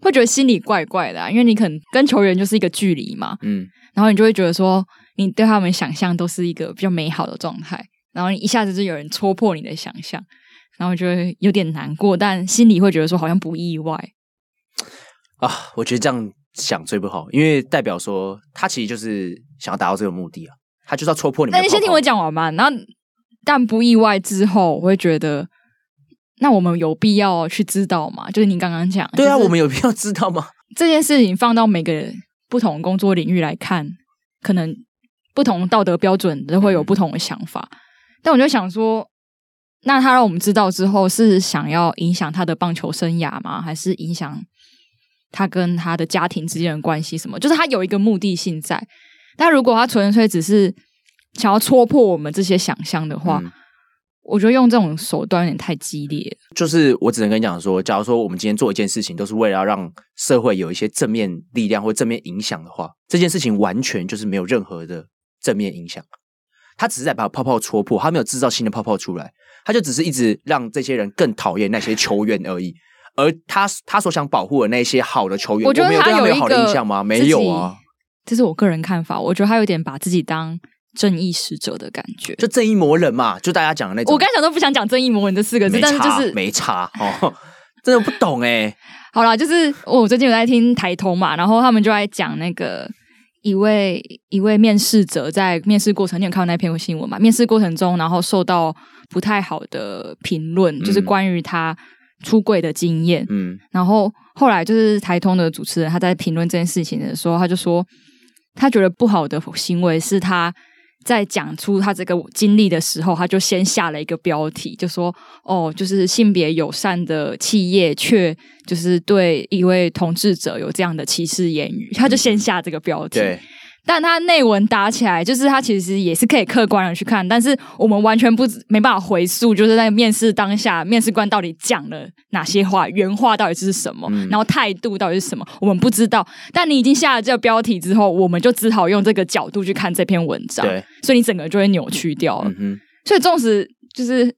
A: 会觉得心里怪怪的、啊，因为你可能跟球员就是一个距离嘛，
B: 嗯，
A: 然后你就会觉得说，你对他们想象都是一个比较美好的状态，然后你一下子就有人戳破你的想象，然后就会有点难过，但心里会觉得说好像不意外。
B: 啊，我觉得这样想最不好，因为代表说他其实就是想要达到这个目的啊，他就是要戳破你们
A: 那
B: 的
A: 你
B: 泡泡。
A: 先听我讲完嘛。然后，但不意外之后，我会觉得，那我们有必要去知道嘛？就是你刚刚讲，
B: 对啊，
A: 就是
B: 我们有必要知道吗？
A: 这件事情放到每个不同工作领域来看，可能不同道德标准都会有不同的想法。但我就想说，那他让我们知道之后，是想要影响他的棒球生涯吗？还是影响他跟他的家庭之间的关系？什么？就是他有一个目的性在。但如果他纯粹只是想要戳破我们这些想象的话，
B: 嗯
A: 我觉得用这种手段有点太激烈了。
B: 就是我只能跟你讲说，假如说我们今天做一件事情，都是为了要让社会有一些正面力量或正面影响的话，这件事情完全就是没有任何的正面影响。他只是在把泡泡戳破，他没有制造新的泡泡出来，他就只是一直让这些人更讨厌那些球员而已。而他他所想保护的那些好的球员，
A: 我觉得
B: 没有对他
A: 有
B: 没有
A: 一
B: 好
A: 个
B: 的印象吗？没有
A: 自
B: 啊，
A: 己，这是我个人看法。我觉得他有点把自己当正义使者的感觉。
B: 就正义魔人嘛，就大家讲的那种。
A: 我刚才想都不想讲正义魔人这四个字，
B: 没
A: 但是就
B: 差
A: 是
B: 没差哦， [LAUGHS] 真的不懂哎、
A: 好啦，就是我最近有在听台通嘛，然后他们就在讲那个一位一位面试者在面试过程，你有看到那篇新闻嘛？面试过程中，然后受到不太好的评论，就是
B: 嗯
A: 关于他出柜的经验。
B: 嗯，
A: 然后后来就是台通的主持人他在评论这件事情的时候，他就说他觉得不好的行为是他在讲出他这个经历的时候，他就先下了一个标题，就说哦，就是性别友善的企业却就是对一位同志者有这样的歧视言语，他就先下这个标题。 [LAUGHS]
B: 对，
A: 但它内文打起来，就是它其实也是可以客观的去看，但是我们完全不知没办法回溯，就是在面试当下，面试官到底讲了哪些话，原话到底是什么，
B: 嗯
A: 然后态度到底是什么，我们不知道。但你已经下了这个标题之后，我们就只好用这个角度去看这篇文章，
B: 对，
A: 所以你整个就会扭曲掉了。
B: 嗯哼，
A: 所以纵使就是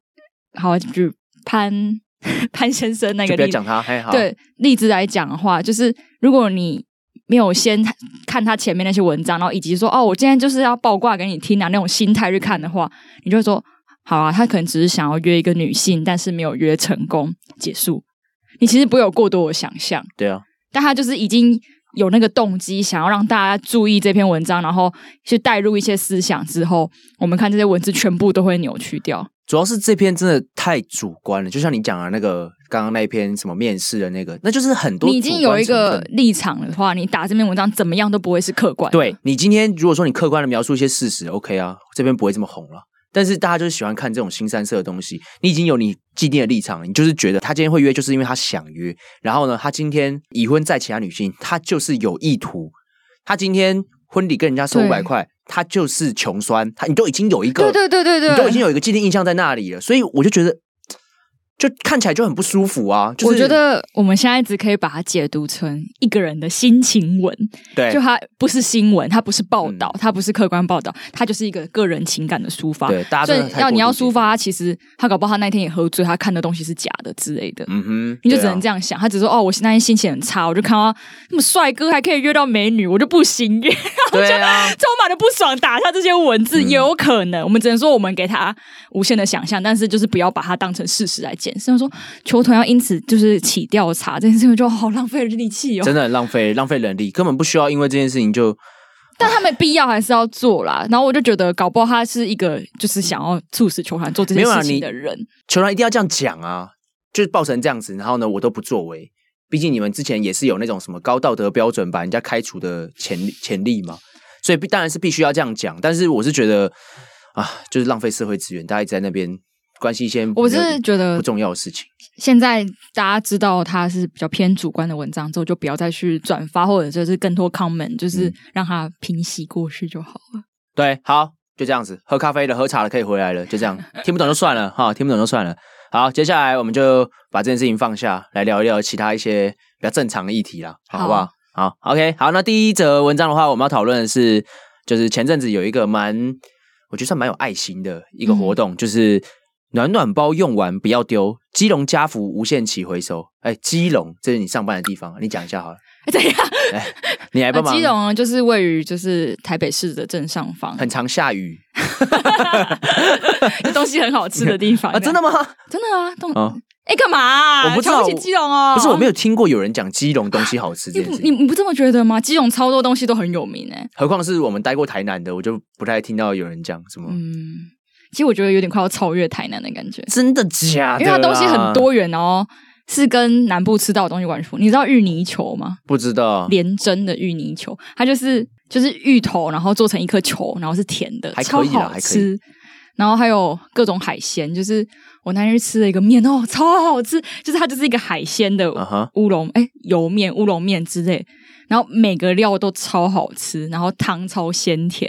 A: 好，就潘 [LAUGHS] 潘先生那
B: 就
A: 个
B: 不要
A: 例子
B: 讲他，还好，
A: 对例子来讲的话，就是如果你没有先看他前面那些文章，然后以及说哦，我今天就是要爆挂给你听啊那种心态去看的话，你就会说好啊，他可能只是想要约一个女性，但是没有约成功，结束。你其实不会有过多的想象，
B: 对啊，
A: 但他就是已经有那个动机，想要让大家注意这篇文章，然后去带入一些思想之后，我们看这些文字全部都会扭曲掉。
B: 主要是这篇真的太主观了，就像你讲的那个刚刚那一篇什么面试的那个，那就是很多
A: 你已经
B: 主
A: 有
B: 观
A: 一个
B: 成分
A: 立场的话，你打这篇文章怎么样都不会是客观的。
B: 对你今天如果说你客观的描述一些事实，OK 啊，这边不会这么红了。但是大家就是喜欢看这种新三色的东西，你已经有你既定的立场，你就是觉得他今天会约，就是因为他想约。然后呢，他今天已婚在其他女性，他就是有意图。他今天婚礼跟人家收五百
A: 对
B: 块，他就是穷酸。他你都已经有一个
A: 对对对对对，
B: 你都已经有一个既定印象在那里了，所以我就觉得，就看起来就很不舒服啊。就是、
A: 我觉得我们现在只可以把它解读成一个人的心情文，
B: 对嗯
A: 就它不是新闻，它不是报道，它不是客观报道，它就是一个个人情感的抒发。
B: 对，大家
A: 所
B: 真的
A: 以
B: 太
A: 要
B: 过
A: 你要
B: 度
A: 抒
B: 解读，
A: 发，其实他搞不好他那天也喝醉，他看的东西是假的之类的。
B: 嗯哼，
A: 你就
B: 对
A: 只
B: 啊
A: 能这样想，他只说哦，我现在心情很差，我就看到那么帅哥还可以约到美女，我就不行约，
B: 对
A: [LAUGHS]
B: 啊，
A: 充满了不爽，打下这些文字、
B: 嗯
A: 也有可能。我们只能说我们给他无限的想象，但是就是不要把它当成事实来检视。像说球团要因此就是起调查这件事情，我就好浪费力气哦。
B: 真的很浪费浪费人力，根本不需要因为这件事情就
A: 但他们必要还是要做啦。然后我就觉得，搞不好他是一个就是想要促使球团做这
B: 没
A: 件
B: 有啊
A: 事情
B: 你
A: 的人。
B: 球团一定要这样讲啊，就是爆成这样子，然后呢，我都不作为。毕竟你们之前也是有那种什么高道德标准把人家开除的潜力潜力嘛，所以必当然是必须要这样讲。但是我是觉得啊，就是浪费社会资源，大家一直在那边关心一些
A: 我
B: 没有
A: 是觉得
B: 不重要的事情。
A: 现在大家知道他是比较偏主观的文章之后，就不要再去转发或者就是更多 comment，就是
B: 嗯
A: 让他平息过去就好 [LAUGHS] 了。
B: 对，好，就这样子。喝咖啡的、喝茶的可以回来了，就这样。听不懂就算了哈，听不懂就算了。好，接下来我们就把这件事情放下来，聊一聊其他一些比较正常的议题啦，好
A: 好
B: 不好？好，OK，好。那第一则文章的话，我们要讨论的是，就是前阵子有一个蛮，我觉得算蛮有爱心的一个活动，就是暖暖包用完不要丢，基隆家福无限期回收。哎，基隆，这是你上班的地方，啊你讲一下好了，
A: 怎样？
B: 你来
A: 那
B: 帮忙。
A: 啊基隆呢就是位于就是台北市的正上方，
B: 很常下雨
A: 有东西很好吃的地方
B: [LAUGHS] 啊，真的吗？
A: 真的啊，东
B: 啊，
A: 哎干嘛啊、
B: 我不知道
A: 瞧起基隆哦，
B: 不是，我没有听过有人讲基隆东西好吃
A: 你
B: 这件
A: 不
B: 事
A: 你
B: 情。
A: 你不这么觉得吗？基隆超多东西都很有名哎、
B: 何况是我们待过台南的，我就不太听到有人讲什么。
A: 嗯，其实我觉得有点快要超越台南的感觉，
B: 真的假的？
A: 因为它东西
B: 啊
A: 很，多元哦，是跟南部吃到的东西完全不。你知道芋泥球吗？
B: 不知道，
A: 连针的芋泥球，它就是就是芋头，然后做成一颗球，然后是甜的，
B: 还
A: 超
B: 可以啦
A: 好
B: 还可以
A: 吃。然后还有各种海鲜，就是我那天去吃了一个面哦，超好吃，就是它就是一个海鲜的
B: 嗯哼，
A: 乌龙，哎、油面、乌龙面之类，然后每个料都超好吃，然后汤超鲜甜，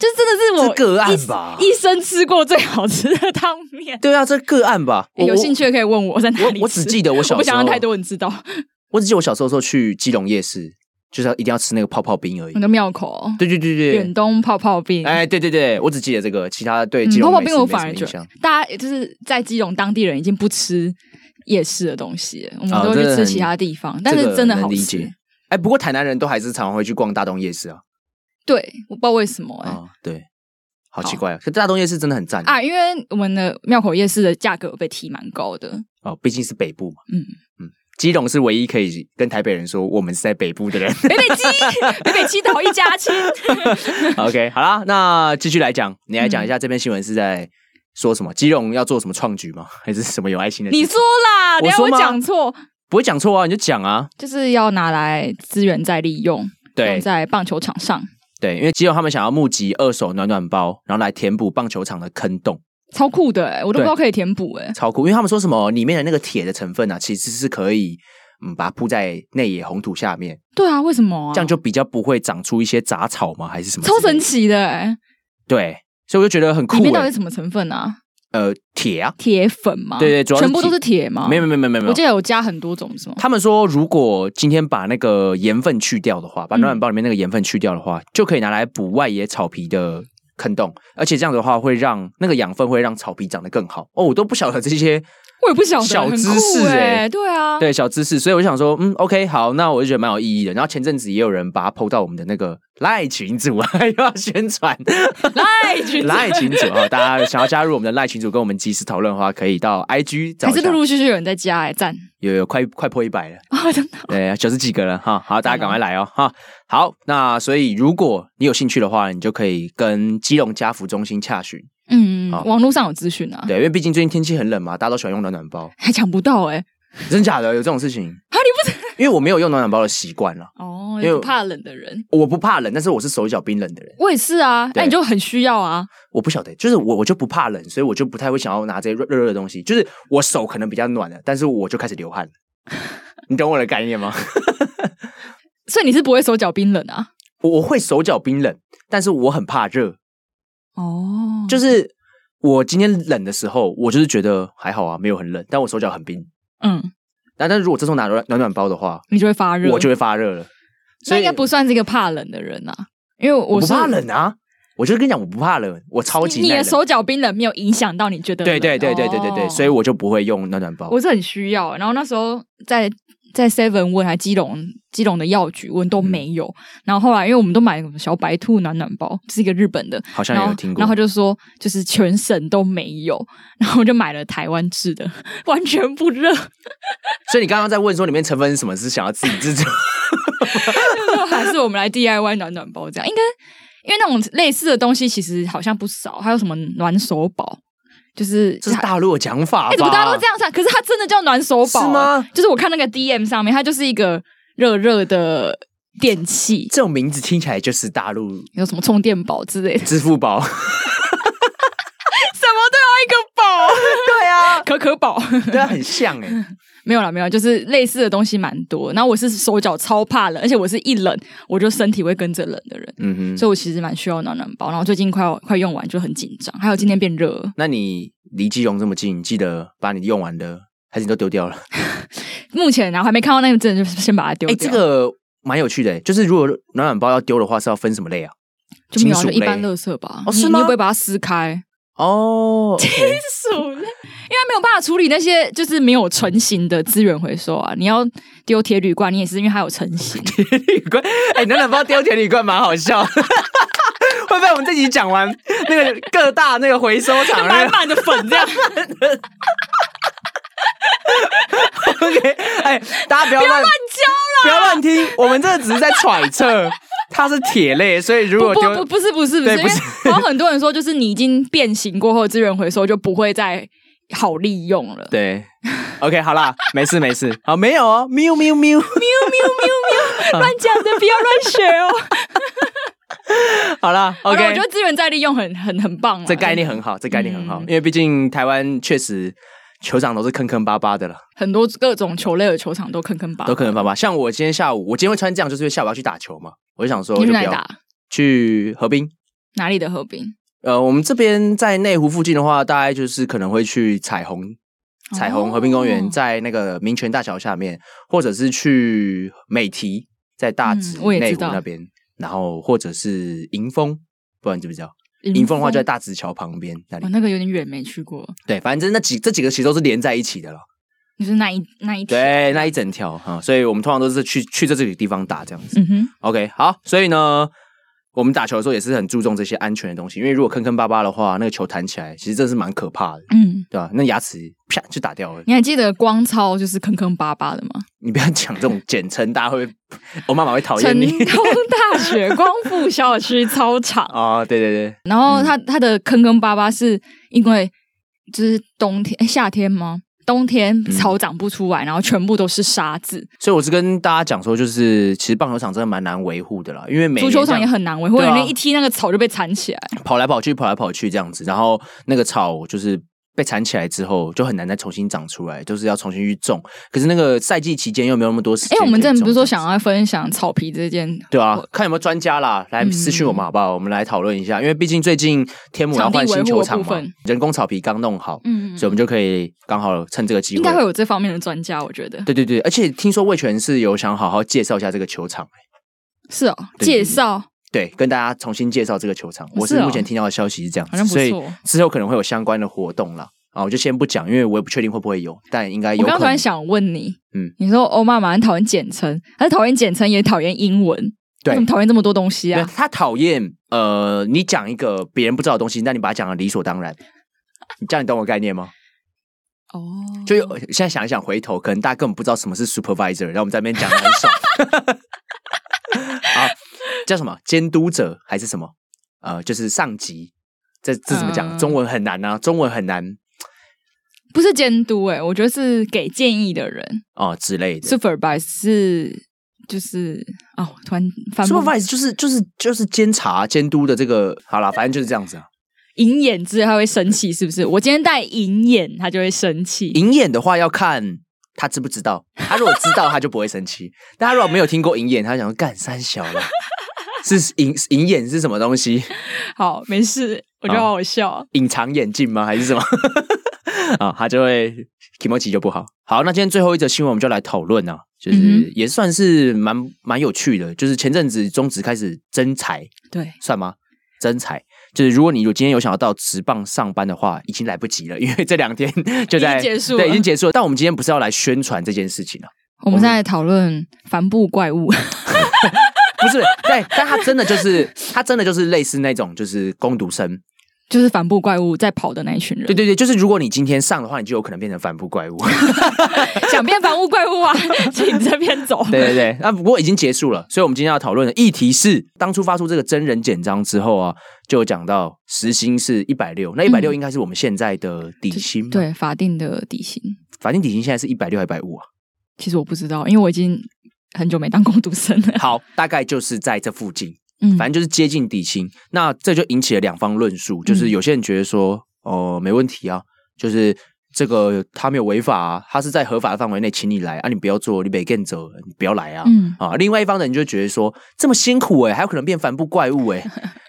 A: 就是真的是我
B: 这个案
A: 一
B: 吧
A: 一生吃过最好吃的汤面。
B: 对啊，这个案吧，我
A: 有兴趣。的可以问我在哪里
B: 我我只
A: 吃
B: 记得我小
A: 我不想
B: 时
A: 让
B: 候嗯
A: 太多人知道。
B: 我我只记得我小时候的时候去基隆夜市，就是要一定要吃那个泡泡冰而已
A: 你。的庙口哦
B: 对对对
A: 嗯远
B: 对，
A: 东泡泡冰，
B: 哎，对对对，我只记得这个，其他对
A: 嗯
B: 基隆
A: 泡泡
B: 美
A: 冰
B: 食
A: 我
B: 没
A: 反
B: 什
A: 而
B: 么
A: 觉
B: 印象
A: 得嗯大家就是在基隆当地人已经不吃夜市的东西了，我们
B: 啊
A: 都会
B: 真
A: 去吃
B: 的很
A: 其他地方，但
B: 这
A: 是
B: 个
A: 真的
B: 能
A: 好
B: 理
A: 吃
B: 解。哎，不过台南人都还是常会去逛大东夜市啊。
A: 对，我不知道为什么哎、
B: 啊，对，好
A: 好
B: 奇怪啊！可大东夜市真的很赞
A: 啊，因为我们的庙口夜市的价格被提蛮高的，
B: 哦，毕竟是北部嘛。
A: 嗯
B: 嗯，基隆是唯一可以跟台北人说我们是在北部的人。
A: 北北
B: [LAUGHS]
A: 基，北北基岛一家亲。
B: OK，好啦，那继续来讲，你来
A: 嗯
B: 讲一下这篇新闻是在说什么？基隆要做什么创举吗？ [LAUGHS] 还是什么有爱心的事情？
A: 你说啦，
B: 我
A: 等一下
B: 说
A: 我
B: 吗
A: 讲错，
B: 不会讲错啊，你就讲啊。
A: 就是要拿来资源再利用，用
B: 对
A: 在棒球场上，
B: 对，因为基隆他们想要募集二手暖暖包，然后来填补棒球场的坑洞，
A: 超酷的哎、我都不知道可以填补哎、
B: 超酷。因为他们说什么里面的那个铁的成分啊，其实是可以嗯把它铺在内野红土下面，
A: 对啊，为什么啊？
B: 这样就比较不会长出一些杂草吗？还是什么之类
A: 超
B: 的？
A: 神奇的哎、
B: 对，所以我就觉得很酷、
A: 里面到底
B: 欸。
A: 是什么成分啊？
B: 呃，铁啊，
A: 铁粉吗？
B: 对对主要是
A: 全部都
B: 铁
A: 是铁吗？
B: 没有没有没有没有没
A: 啊我
B: 有
A: 记。得有加很多种什么，
B: 他们说，如果今天把那个盐分去掉的
A: 嗯
B: 话，把暖暖包里面那个盐分去掉的话，就可以拿来补外野草皮的坑洞，而且这样的话会让那个养分会让草皮长得更好。哦，我都不晓得这些
A: 我也不晓得，
B: 小
A: 很
B: 知
A: 酷
B: 识
A: 哎、
B: 欸
A: 对啊，
B: 对小知识，所以我就想说，嗯，OK，好，那我就觉得蛮有意义的。然后前阵子也有人把它抛到我们的那个赖群组 [LAUGHS] 啊，又要宣传，
A: 赖群 [LAUGHS]
B: 赖群组啊，大家想要加入我们的赖群组，跟我们及时讨论的话，可以到 IG 找
A: 还
B: 一
A: 是
B: 下
A: 陆。陆续续有人在加哎、赞 [LAUGHS]
B: 有有快快破一百了，
A: 啊，真的
B: 对，九十几个了哈。好，大家赶快来哦哈。好，那所以如果你有兴趣的话，你就可以跟基隆家福中心洽询。
A: 嗯，
B: 好
A: 网络上有资讯啊，
B: 对，因为毕竟最近天气很冷嘛，大家都喜欢用暖暖包，
A: [LAUGHS] 还抢不到哎、
B: 真假的有这种事情？啊，你不 [LAUGHS] 是？因为我没有用暖暖包的习惯了，
A: 哦，
B: 因为
A: 不怕冷的人，
B: 我不怕冷，但是我是手脚冰冷的人，
A: 我也是啊，那
B: 对
A: 你就很需要啊，
B: 我不晓得，就是我我就不怕冷，所以我就不太会想要拿这些热热热的东西。就是我手可能比较暖了，但是我就开始流汗了。你懂我的概念吗？ [LAUGHS]
A: 所以你是不会手脚冰冷啊，
B: 我我会手脚冰冷，但是我很怕热。
A: 哦，
B: 就是我今天冷的时候，我就是觉得还好啊，没有很冷，但我手脚很冰。
A: 嗯，
B: 那但是如果这时候拿暖暖暖包的话，
A: 你就会发热，
B: 我就会发热了。
A: 那
B: 所以
A: 应该不算是一个怕冷的人啊，因为
B: 我
A: 我
B: 不
A: 是
B: 怕冷啊，我就跟你讲，我不怕冷，我超级
A: 你
B: 耐
A: 的
B: 冷。
A: 手脚冰冷没有影响到你觉得冷
B: 对对对对对对对，
A: 哦
B: 所以我就不会用暖暖包。
A: 我是很需要。然后那时候在在 Seven 问，还基隆基隆的药局问
B: 嗯
A: 都没有。然后后来因为我们都买什么小白兔暖暖包，这是一个日本的，
B: 好像
A: 然
B: 也
A: 后
B: 有听过，
A: 然后他就说就是全省都没有， [LAUGHS] 然后我就买了台湾制的， [LAUGHS] 完全不热， [LAUGHS]
B: 所以你刚刚在问说里面成分是什么，是想要自己制作？
A: 还是我们来 DIY 暖暖包这样？应该因为那种类似的东西其实好像不少，还有什么暖手宝，就是
B: 这是大陆的讲法吧？
A: 哎、怎么大家都这样算？可是它真的叫暖手宝、啊
B: 是吗？
A: 就是我看那个 DM 上面，它就是一个热热的电器，
B: 这种名字听起来就是大陆
A: 有什么充电宝之类的，
B: 支付宝。
A: 什么都要一个
B: 对啊
A: 宝，， [LAUGHS] 可可宝
B: 对啊，很
A: [LAUGHS]
B: 像哎、
A: 没有啦，没有啦，就是类似的东西蛮多。然后我是手脚超怕冷，而且我是一冷我就身体会跟着冷的人，
B: 嗯哼，
A: 所以我其实蛮需要暖暖包。然后最近快要快用完，就很紧张。还有今天变热了，
B: 那你离基隆这么近，你记得把你用完的，还是你都丢掉了？
A: 目前啊然后还没看到那个真的，就先把它丢
B: 哎、
A: 掉。
B: 这个蛮有趣的、欸就是如果暖暖包要丢的话，是要分什么类啊？
A: 就没有啊
B: 金
A: 就
B: 属
A: 一般
B: 类
A: 垃圾吧？
B: 哦
A: 你
B: 是
A: 你
B: 吗
A: 又不会把它撕开？
B: [LAUGHS]
A: [LAUGHS]
B: 哦、o k
A: 属 [LAUGHS] 类，因为他没有办法处理那些就是没有成型的资源回收啊。你要丢铁铝罐，你也是因为它有成型。
B: 铁铝罐， [LAUGHS] 哎、暖暖包丢铁铝罐蛮好笑。 [LAUGHS] 会被我们这集讲完，那个各大那个回收厂那
A: 满满的
B: 个
A: 粉这样，
B: [LAUGHS] OK，哎、大家不要乱不要乱听，我们这只是在揣测它是铁类，所以如
A: 不
B: 果
A: 不
B: 丢
A: 不不是不是不是，
B: 对
A: 因
B: 不
A: 为
B: 是
A: 好像很多人说，就是你已经变形过后，资源回收就不会再好利用
B: [LAUGHS]
A: 了。
B: 对，OK，好啦，没事没事，好没有哦，喵喵喵。 [LAUGHS] 啊
A: 乱讲的，不要乱学哦。
B: 好啦
A: 好了
B: [LAUGHS] OK，
A: 我觉得资源再利用很很很棒啊，
B: 这概念很好，这概念很好，
A: 嗯
B: 因为毕竟台湾确实球场都是坑坑巴巴的了，
A: 很多各种球类的球场都坑坑巴巴
B: 都。坑坑巴巴。像我今天下午，我今天会穿这样，就是因为下午要去打球嘛，我就想说
A: 你
B: 就
A: 去
B: 不
A: 哪里
B: 要
A: 打？
B: 去河滨。
A: 哪里的河滨？
B: 呃，我们这边在内湖附近的话，大概就是可能会去彩虹。彩虹河滨公园
A: 哦
B: 在那个民权大桥下面，或者是去美堤，在大直、
A: 嗯我也
B: 内
A: 知
B: 湖
A: 道
B: 那边，然后或者是迎风，不然知不知道？
A: 迎嗯
B: 迎风的话就在大直桥旁边那里
A: 我、。哦那个有点远，没去过。
B: 对，反正那几这几个其实都是连在一起的了。
A: 就是那一那一条，
B: 对，那一整条哈、所以我们通常都是去去这几个地方打这样子。
A: 嗯哼，
B: OK，好，所以呢，我们打球的时候也是很注重这些安全的东西，因为如果坑坑巴巴的话，那个球弹起来其实真的是蛮可怕的，
A: 嗯，
B: 对吧、那牙齿啪就打掉了。
A: 你还记得光超就是坑坑巴巴的吗？
B: 你不要讲这种 [LAUGHS] 简称，大家会，我妈妈会讨厌
A: 成
B: 你 [LAUGHS]
A: 功大学光复校区操场，
B: 啊、对对对，
A: 然后它它的坑坑巴巴是因为就是冬天诶夏天吗？冬
B: 嗯
A: 天草长不出来，然后全部都是沙子，
B: 所以我是跟大家讲说，就是其实棒球场真的蛮难维护的啦，因为每
A: 足
B: 年
A: 球
B: 这
A: 场也
B: 样
A: 很难维护，
B: 对啊
A: 人家一踢那个草就被缠起来。
B: 跑来跑去，跑来跑去这样子，然后那个草就是被铲起来之后，就很难再重新长出来，就是要重新去种。可是那个赛季期间又没有那么多时
A: 哎
B: 间，可以种。
A: 我们之前不是说
B: 啊这样
A: 想要分享草皮这件
B: 对啊，看有没有专家啦，来私讯我们好不好？我们来讨论一下，因为毕竟最近天母要换新球场
A: 场地维护的部
B: 嘛
A: 分，
B: 人工草皮刚弄好，
A: 嗯
B: 所以我们就可以刚好趁这个机
A: 应该会
B: 会。
A: 有这方面的专家，我觉得
B: 对对对，而且听说魏权是有想好好介绍一下这个球场，
A: 是哦。
B: 对
A: 介绍
B: 对，跟大家重新介绍这个球场。我
A: 是
B: 是
A: 哦
B: 目前听到的消息是这样
A: 好像不
B: 子，所以
A: 错
B: 之后可能会有相关的活动啦。啊，我就先不讲，因为我也不确定会不会有，但应该有
A: 我刚刚
B: 可
A: 突
B: 能
A: 然。想问你，
B: 嗯
A: 你说哦欧妈妈很讨厌简称，她是讨厌简称也讨厌英文，
B: 对
A: 她怎么讨厌这么多东西
B: 没有
A: 啊？
B: 他讨厌呃，你讲一个别人不知道的东西，那你把它讲的理所当然，你这样你懂我概念吗？
A: 哦，
B: 就有现在想一想，回头可能大家根本不知道什么是 supervisor，然后我们在那边讲的很少。 [LAUGHS] 啊，叫什么监督者还是什么？呃，就是上级。这这怎么讲？
A: 嗯
B: 中文很难啊，中文很难
A: 不是监督诶、我觉得是给建议的人
B: 哦、之类的。
A: ，supervise 是就是哦，突然翻不
B: supervise 就是就是就是监察监督的这个，好啦，反正就是这样子啊。
A: 银眼之类，他会生气是不是？我今天戴银眼，他就会生气。
B: 银眼的话要看他知不知道，他如果知道他就不会生气，但他如果没有听过银眼，他想说干三小了，是银银眼是什么东西？
A: 好，没事，我觉得
B: 好
A: 好好笑啊。
B: 隐藏眼镜吗？还是什么？ [LAUGHS] 啊，他就会 k i m o c i 就不好。好，那今天最后一则新闻，我们就来讨论啊，
A: 嗯
B: 就是也算是蛮蛮有趣的，就是前阵子中职开始征才，
A: 对，
B: 算吗？征才就是如果你有今天有想要到职棒上班的话，已经来不及了，因为这两天就在
A: 已经结束了
B: 对，已经结束了。但我们今天不是要来宣传这件事情啊，
A: 我们现在讨论帆布怪物， [LAUGHS]
B: 不是，对，但他真的就是他真的就是类似那种就是攻读生，
A: 就是帆布怪物在跑的那一群人
B: 对，对对，就是如果你今天上的话，你就有可能变成反扑怪物。 [LAUGHS]
A: 想变帆布怪物啊，请这边走。
B: 对对对，那不过已经结束了，所以我们今天要讨论的议题是，当初发出这个真人简章之后啊，就有讲到时薪是一百六，那一百六应该是我们现在的底薪嘛，，
A: 嗯对法定的底薪，
B: 反正底薪现在是一百六还一百五啊，
A: 其实我不知道，因为我已经很久没当工读生 [LAUGHS] 了。
B: 好，大概就是在这附近，
A: 嗯，
B: 反正就是接近底薪，那这就引起了两方论
A: 嗯
B: 述，就是有些人觉得说，哦、没问题啊，就是。这个他没有违法啊，他是在合法的范围内，请你来啊，你不要做，你别跟走，你不要来啊。
A: 嗯，
B: 啊，另外一方的人就觉得说这么辛苦哎、还有可能变帆布怪物
A: [LAUGHS]
B: 哎、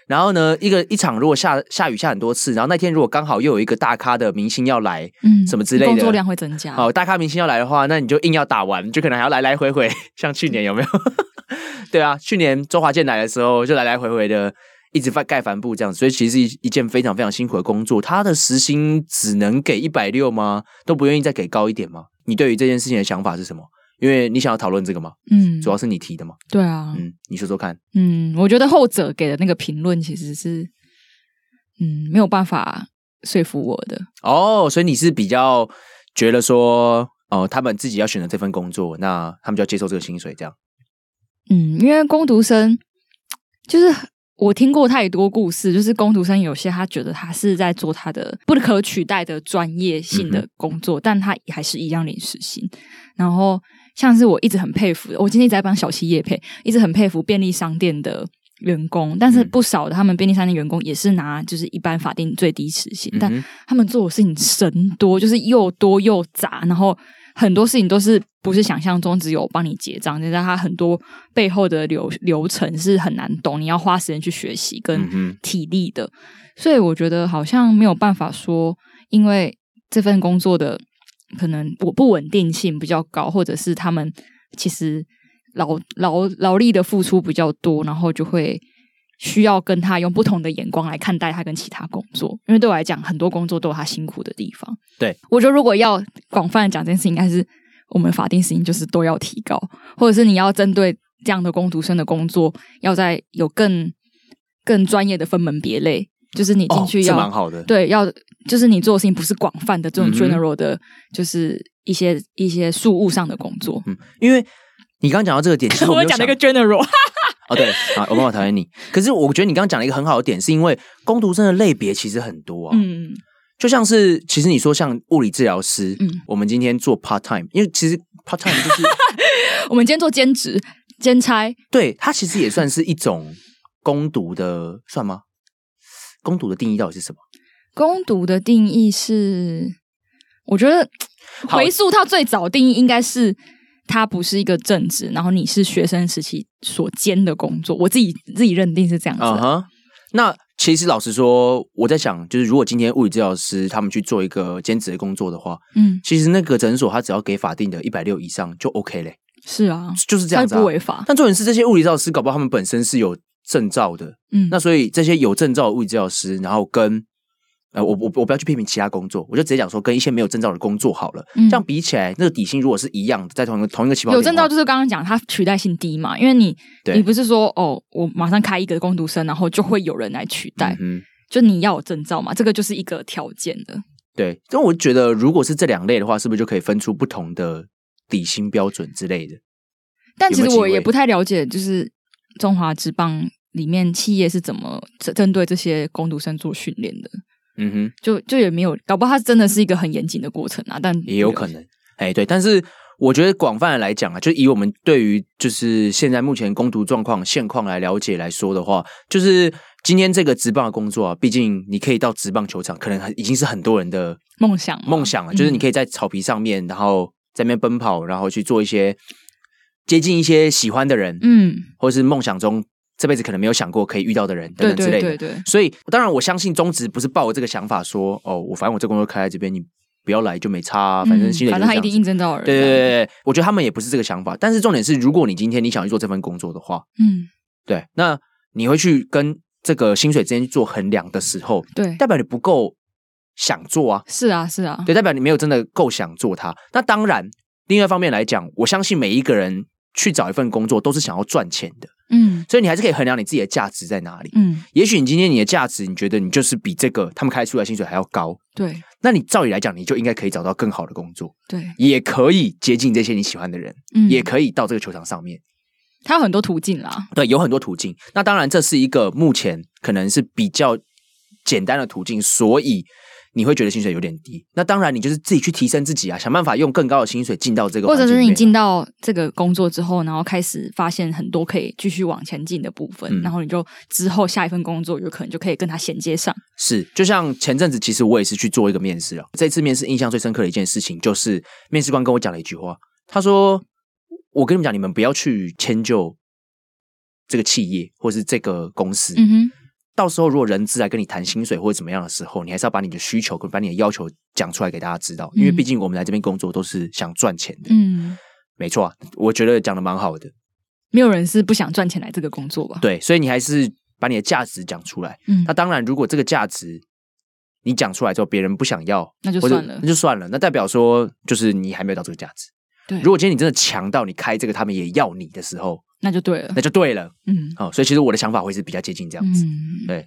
B: 然后呢，一个一场如果下下雨下很多次，然后那天如果刚好又有一个大咖的明星要来，
A: 嗯
B: 什么之类的
A: 工作量会增加。
B: 哦，大咖明星要来的话，那你就硬要打完，就可能还要来来回回， [LAUGHS] 像去年有没有？对啊，去年周华健来的时候就来来回回的。一直盖帆布这样子，所以其实是一一件非常非常辛苦的工作。他的时薪只能给一百六吗？都不愿意再给高一点吗？你对于这件事情的想法是什么？因为你想要讨论这个吗？
A: 嗯，
B: 主要是你提的吗？
A: 对啊，
B: 嗯，你说说看。
A: 嗯，我觉得后者给的那个评论其实是，嗯，没有办法说服我的。
B: 哦，所以你是比较觉得说，哦，他们自己要选择这份工作，那他们就要接受这个薪水，这样。
A: 嗯，因为工读生就是我听过太多故事，就是工读生有些他觉得他是在做他的不可取代的专业性的工作，但他还是一样领时薪。然后像是我一直很佩服的，我今天一直在帮小七叶配，一直很佩服便利商店的。员工，但是
B: 嗯
A: 不少的他们便利商店员工也是拿就是一般法定最低时薪，但
B: 嗯哼
A: 他们做的事情神多，就是又多又杂，然后很多事情都是不是想象中只有帮你结账，但是它很多背后的流流程是很难懂，你要花时间去学习
B: 嗯
A: 跟
B: 哼，
A: 体力的。所以我觉得好像没有办法说，因为这份工作的可能我不稳定性比较高，或者是他们其实劳劳劳力的付出比较多，然后就会需要跟他用不同的眼光来看待他跟其他工作。因为对我来讲，很多工作都有他辛苦的地方。
B: 对，
A: 我觉得如果要广泛的讲这件事情，应该是我们法定时薪就是都要提高，或者是你要针对这样的工读生的工作，要在有更更专业的分门别类，就是你进
B: 哦，
A: 去
B: 是
A: 要、
B: 蛮好的。
A: 对，要就是你做的事情不是广泛的这种
B: 嗯哼
A: general 的，就是一些一些事务上的工作。
B: 因为你刚刚讲到这个点，其实嗯我没有
A: 讲了
B: 想
A: 一个 general， [LAUGHS]
B: 哦，对啊，我妈妈讨厌你。 [LAUGHS] 可是我觉得你刚刚讲了一个很好的点，是因为工读生的类别其实很多啊。
A: 嗯
B: 就像是其实你说像物理治疗师，
A: 嗯，
B: 我们今天做 part time，因为其实 part time
A: [LAUGHS]
B: 就是
A: 我们今天做兼职兼差，
B: 对它其实也算是一种攻读的，算吗？攻读的定义到底是什么？
A: 攻读的定义是，我觉得
B: 好
A: 回溯到最早定义应该是。它不是一个正职，然后你是学生时期所兼的工作，我自己自己认定是这样子啊、
B: 嗯哼，那其实老实说，我在想，就是如果今天物理治疗师他们去做一个兼职的工作的话，
A: 嗯，
B: 其实那个诊所他只要给法定的一百六以上就 OK 嘞，
A: 是啊，
B: 就是这
A: 它
B: 样
A: 又
B: 子、啊
A: 不。违法。
B: 但重点是，这些物理治疗师搞不好他们本身是有证照的，
A: 嗯，
B: 那所以这些有证照的物理治疗师，然后跟呃，我我我不要去批评其他工作，我就直接讲说跟一些没有证照的工作好了。
A: 嗯
B: 这样比起来，那个底薪如果是一样的，在同一个同一个起跑点
A: 有
B: 的
A: 证
B: 话嗯
A: 照就是刚刚讲，它取代性低嘛，因为你
B: 对
A: 你不是说哦，我马上开一个工读生，然后就会有人来取代，
B: 嗯哼
A: 就你要有证照嘛，这个就是一个条件的。
B: 对，但我觉得如果是这两类的话，是不是就可以分出不同的底薪标准之类的？
A: 但其
B: 有
A: 实
B: 没有
A: 我
B: 机会
A: 也不太了解，就是中华职棒里面企业是怎么针针对这些工读生做训练的，
B: 嗯哼，
A: 就就也没有，搞不好它真的是一个很严谨的过程啊，但
B: 也有可能。哎，对，但是我觉得广泛的来讲啊，就以我们对于就是现在目前攻读状况现况来了解来说的话，就是今天这个职棒的工作啊，毕竟你可以到职棒球场，可能已经是很多人的
A: 梦想嘛
B: 梦想了，
A: 嗯
B: 就是你可以在草皮上面，然后在那边奔跑，然后去做一些接近一些喜欢的人，
A: 嗯，
B: 或是梦想中这辈子可能没有想过可以遇到的人
A: 对
B: 等等之
A: 对
B: 类的。
A: 对对，
B: 所以，当然我相信中职不是抱着这个想法说，哦，我反正我这工作开在这边，你不要来就没差、啊，反正
A: 嗯
B: 薪水就
A: 反
B: 是
A: 正他
B: 这
A: 一
B: 样
A: 定
B: 子。
A: 应征到人，
B: 对对对，对，我觉得他们也不是这个想法。但是重点是，如果你今天你想去做这份工作的话，
A: 嗯，
B: 对，那你会去跟这个薪水之间去做衡量的时候，
A: 对，
B: 代表你不够想做啊，
A: 是啊是啊，
B: 对，代表你没有真的够想做它。那当然，另外一方面来讲，我相信每一个人去找一份工作都是想要赚钱的，
A: 嗯
B: 所以你还是可以衡量你自己的价值在哪里。
A: 嗯，
B: 也许你今天你的价值，你觉得你就是比这个他们开出来薪水还要高，
A: 对
B: 那你照理来讲，你就应该可以找到更好的工作，
A: 对，
B: 也可以接近这些你喜欢的人，
A: 嗯，
B: 也可以到这个球场上面。
A: 它有很多途径啦。
B: 对，有很多途径。那当然，这是一个目前可能是比较简单的途径，所以你会觉得薪水有点低。那当然，你就是自己去提升自己啊，想办法用更高的薪水进到这个
A: 或
B: 环
A: 者
B: 境
A: 是
B: 里面啊，
A: 你进到这个工作之后，然后开始发现很多可以继续往前进的部分，
B: 嗯
A: 然后你就之后下一份工作有可能就可以跟它衔接上。
B: 是，就像前阵子，其实我也是去做一个面试啊。这次面试印象最深刻的一件事情，就是面试官跟我讲了一句话，他说：“我跟你们讲，你们不要去迁就这个企业或是这个公司。
A: 哼，
B: 到时候如果人资来跟你谈薪水或者怎么样的时候，你还是要把你的需求跟把你的要求讲出来给大家知道，因为
A: 嗯
B: 毕竟我们来这边工作都是想赚钱的。
A: 嗯，
B: 没错啊，我觉得讲的蛮好的。
A: 没有人是不想赚钱来这个工作吧？
B: 对，所以你还是把你的价值讲出来。
A: 嗯
B: 那当然，如果这个价值你讲出来之后，别人不想要，
A: 那就
B: 或者
A: 算了
B: 那就算了。那代表说，就是你还没有到这个价值。
A: 对
B: 如果今天你真的强到你开这个，他们也要你的时候，
A: 那就对了
B: 那。就对了。
A: 嗯，
B: 好、所以其实我的想法会是比较接近这样子。
A: 嗯
B: 对。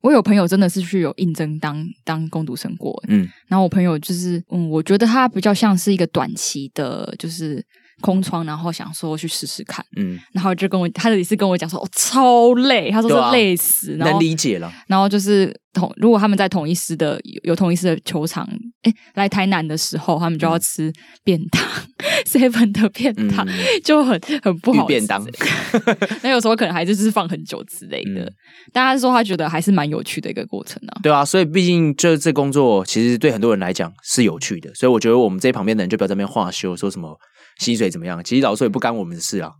A: 我有朋友真的是去有应征当当工读生过，
B: 嗯
A: 然后我朋友就是，嗯，我觉得他比较像是一个短期的，就是空窗，然后想说去试试看，
B: 嗯，
A: 然后就跟我，他也是跟我讲说，哦，超累，他说
B: 对啊
A: 是累死，然
B: 能
A: 后
B: 理解了。
A: 然后就是同，如果他们在同一师的有有同一师的球场，哎，来台南的时候，他们就要吃便当 [LAUGHS] ，seven 的便
B: 嗯，
A: 当、就很很不好
B: 预
A: 吃
B: 便当，
A: [LAUGHS] 那有时候可能还就是放很久之类的。
B: 嗯
A: 但他说他觉得还是蛮有趣的一个过程啊。
B: 对啊，所以毕竟这这工作其实对很多人来讲是有趣的，所以我觉得我们这旁边的人就不要在那边话休，说什么薪水怎么样，其实老实说也不干我们的事啊。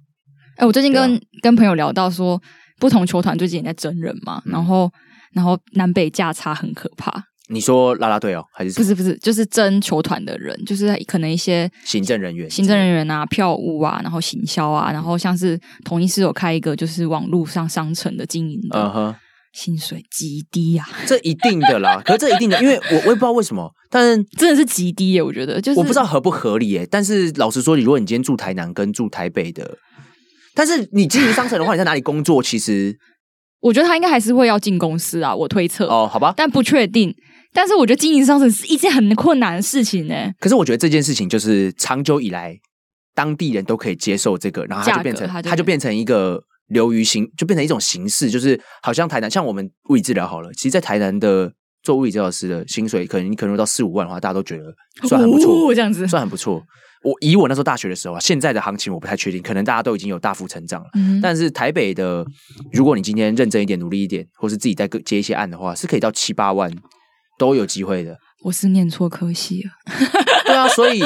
A: 哎，我最近
B: 对啊
A: 跟、跟朋友聊到说，不同球团最近也在真人嘛，
B: 嗯
A: 然后然后南北价差很可怕。
B: 你说啦啦队哦，还是什
A: 不
B: 么
A: 是不是，就是争球团的人，就是可能一些
B: 行政人员？
A: 行政人员啊、票务啊，然后行销啊，然后像是统一是有开一个就是网络上商城的经营
B: 嗯
A: 的，
B: 哼，
A: 薪水极低啊， [LAUGHS]
B: 这一定的啦，可是这一定的，因为我我也不知道为什么，但是
A: 真的是极低耶、我觉得就是
B: 我不知道合不合理耶、但是老实说，如果你今天住台南跟住台北的，但是你经营商城的话，你在哪里工作？其实
A: 我觉得他应该还是会要进公司啊，我推测，
B: 哦，好吧。
A: 但不确定。但是我觉得经营商城是一件很困难的事情呢、
B: 可是我觉得这件事情就是长久以来，当地人都可以接受这个，然后它
A: 价
B: 就
A: 格
B: 变成
A: 它就
B: 它就变成一个流于形，就变成一种形式，就是好像台南像我们物理治疗好了，其实，在台南的做物理治疗师的薪水，可能你可能到四五万的话，大家都觉得算很不错，
A: 哦这样子
B: 算很不错。我以我那时候大学的时候啊，现在的行情我不太确定，可能大家都已经有大幅成长了。
A: 嗯，
B: 但是台北的，如果你今天认真一点、努力一点，或是自己再各接一些案的话，是可以到七八万都有机会的。
A: [LAUGHS] 我是念错科系了，
B: 对啊，所以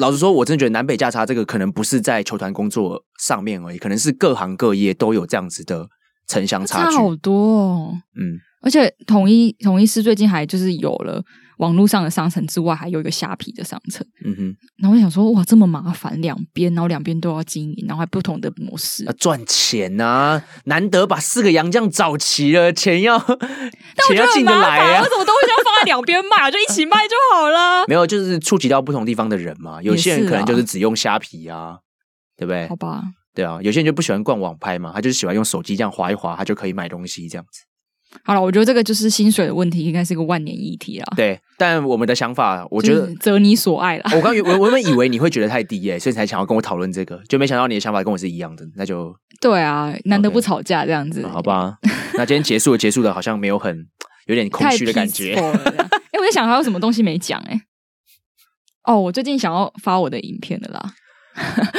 B: 老实说，我真的觉得南北价差这个可能不是在球团工作上面而已，可能是各行各业都有这样子的城乡差
A: 差
B: 距。
A: 好多哦。
B: 嗯，
A: 而且统一统一师最近还就是有了网络上的商城之外，还有一个虾皮的商城。
B: 嗯哼，
A: 然后我想说，哇，这么麻烦，两边，然后两边都要经营，然后还不同的模式。
B: 要赚钱呐、难得把四个洋将找齐了，钱要 [LAUGHS] 钱要进得来
A: 啊！
B: 啊
A: 我。怎么都会想放在两边卖，我就一起卖就好
B: [LAUGHS]
A: 啦。
B: 没有，就是触及到不同地方的人嘛。有些人
A: 啊
B: 可能就是只用虾皮啊，对不对
A: 好？吧，
B: 对啊，有些人就不喜欢逛网拍嘛，他就是喜欢用手机这样划一划，他就可以买东西这样子。
A: 好了，我觉得这个就是薪水的问题，应该是个万年议题啦。
B: 对，但我们的想法，我觉得
A: 就是择你哦所爱啦。 [LAUGHS]
B: 我刚以我我原本以为你会觉得太低耶、所以才想要跟我讨论这个，就没想到你的想法跟我是一样的，那就、
A: 对啊，难得
B: OK
A: 不吵架这样子，
B: 啊好吧。那今天结束了结束的好像没有很有点空
A: 太
B: 虚的感
A: peaceful
B: 觉。
A: 了这
B: [LAUGHS]
A: 样。哎、我在想还有什么东西没讲哎、哦，我最近想要发我的影片的啦。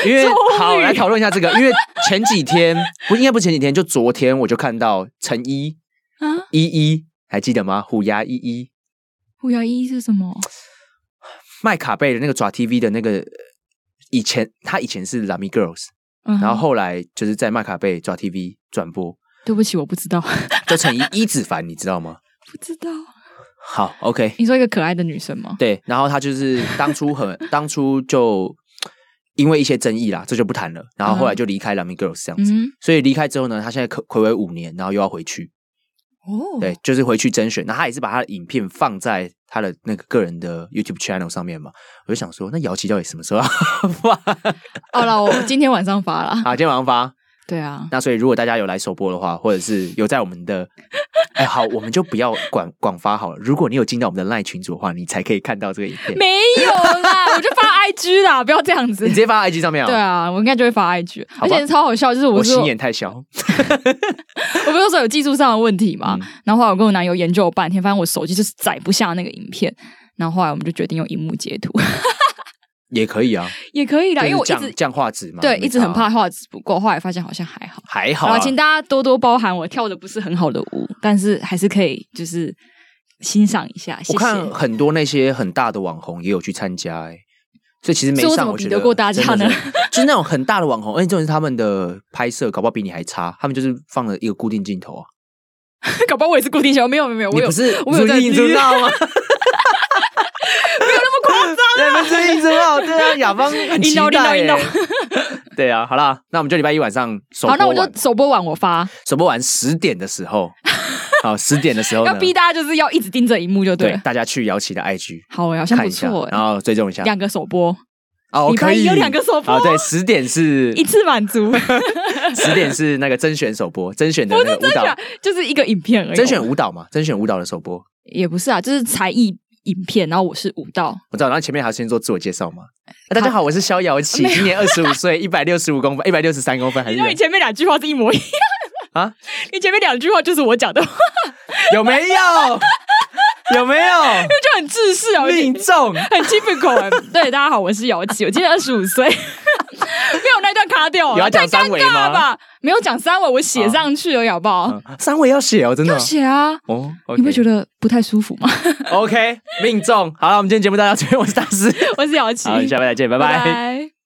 B: 因为
A: 终于
B: 好来讨论一下这个，因为前几天不应该不是前几天，就昨天我就看到陈一
A: 啊，
B: 一一还记得吗？虎牙一一
A: 虎牙一是什么？
B: 麦卡贝的那个爪 TV 的那个，呃以前他以前是 l a m i Girls，
A: 嗯，
B: 然后后来就是在麦卡贝爪 TV 转播，
A: 对不起，我不知道， [LAUGHS] 不
B: 就陈一一子凡，你知道吗？
A: 知道。
B: 好，OK。
A: 你说一个可爱的女生吗？
B: 对，然后他就是当初很当初就因为一些争议啦，这就不谈了。然后后来就离开 l a m i Girls 这样子，
A: 嗯，
B: 所以离开之后呢，他现在暌暌违五年，然后又要回去，
A: 哦，
B: 对，就是回去甄选。那他也是把他的影片放在他的那个个人的 YouTube channel 上面嘛。我就想说，那姚琦到底什么时候要 [LAUGHS] 发？
A: 好了，我今天晚上发
B: [LAUGHS]
A: 啦。
B: 啊，今天晚上发。
A: 对 [LAUGHS] 啊，
B: 那所以如果大家有来首播的话，或者是 [LAUGHS] 有在我们的。哎，好，我们就不要广广发好了。如果你有进到我们的 LINE 群组的话，你才可以看到这个影片。
A: 没有
B: [LAUGHS]
A: 啦，我就发 IG 啦，不要这样子
B: 你直。接发到 IG 上面啊？
A: 对啊，我应该就会发 IG，
B: 好
A: 而
B: 吧
A: 且超好笑，就是我
B: 我
A: 说
B: 心眼太小。
A: 我不是说有技术上的问题嘛，
B: 嗯
A: 然后后来我跟我男友研究了半天，发现我手机就是载不下那个影片，然后后来我们就决定用荧幕截图， [LAUGHS]
B: 也可以啊，
A: 也可以啦，因为
B: 就
A: 我
B: 是
A: 一
B: 降
A: 直
B: 降画质嘛，
A: 对
B: 没
A: 一直很
B: 差
A: 怕，画质不够，后来发现好像还好。
B: 还好
A: 好
B: 啊
A: 了，请大家多多包涵，我跳的不是很好的舞，但是还是可以就是欣赏一下，谢
B: 我
A: 谢。
B: 看很多那些很大的网红也有去参加、欸，所以其实没
A: 所以我怎
B: 上，
A: 么
B: 我觉
A: 比
B: 得
A: 得过大家
B: 真的
A: 呢
B: 是就是那种很大的网红，而且哎重点是他们的拍摄搞不好比你还差，他们就是放了一个固定镜头啊，
A: [LAUGHS] 搞不好我也是固定小，没有没有没有，
B: 你
A: 我有
B: 不是
A: 我有在
B: 你知道吗？ [LAUGHS] 没有那么夸张、啊，不是印知道，对啊，亚方很期
A: 硬到
B: 待、
A: 硬到硬
B: 欸， [LAUGHS] 对啊，好啦，那我们就礼拜一晚上首
A: 好，那
B: 播
A: 我
B: 完
A: 就，首播完我发，
B: 首播完十点的
A: [LAUGHS]
B: 时候，好，十点的时候
A: 要
B: 呢，
A: 逼大家就是要一直盯着荧幕就对
B: 哦对
A: 了。
B: 大家去姚琦的 IG
A: 好欸，好像
B: 看
A: 不
B: 一下
A: 错，欸，
B: 然后追踪一下。
A: 两个首播，
B: 哦，
A: 礼
B: 可
A: 拜一
B: 以
A: 有两个首播
B: 啊，对，十点是
A: 一次满
B: [LAUGHS]
A: 足。
B: 十点是那个甄选首播，甄选的那个舞蹈，
A: [LAUGHS] 就是一个影片而已。
B: 啊甄选舞蹈嘛，甄选舞蹈的首播。
A: 也不是啊，就是才艺影片，然后我是舞蹈，
B: 我知道，然后前面还要先做自我介绍嘛。啊大家好，我是逍遥 [LAUGHS] 琪，今年二十五岁，一百六十五公分，一百六十三公分，还是
A: 因为你前面两句话是一模一样
B: 哎啊？
A: [LAUGHS] 你前面两句话就是我讲的话，
B: 有没有？有没有
A: 就很自私啊，有点
B: 命中？
A: 很 typical
B: [LAUGHS]
A: 欸。对，大家好，我是姚琪，我今年二十五岁，没有那段卡掉啊，
B: 有要讲
A: 太尴
B: 三围
A: 尬
B: 吗啊
A: 吧？没有讲三围，我写上去而已，好不好？
B: 嗯三围要写哦，真的
A: 要
B: 哦
A: 写啊。
B: 哦。
A: 你不觉
B: 得
A: 得不太舒服吗？
B: [LAUGHS] ？OK，命中。好了，我们今天节目到这边，我是大师，
A: 我是姚琪，
B: 好，下回再见，拜拜。
A: 拜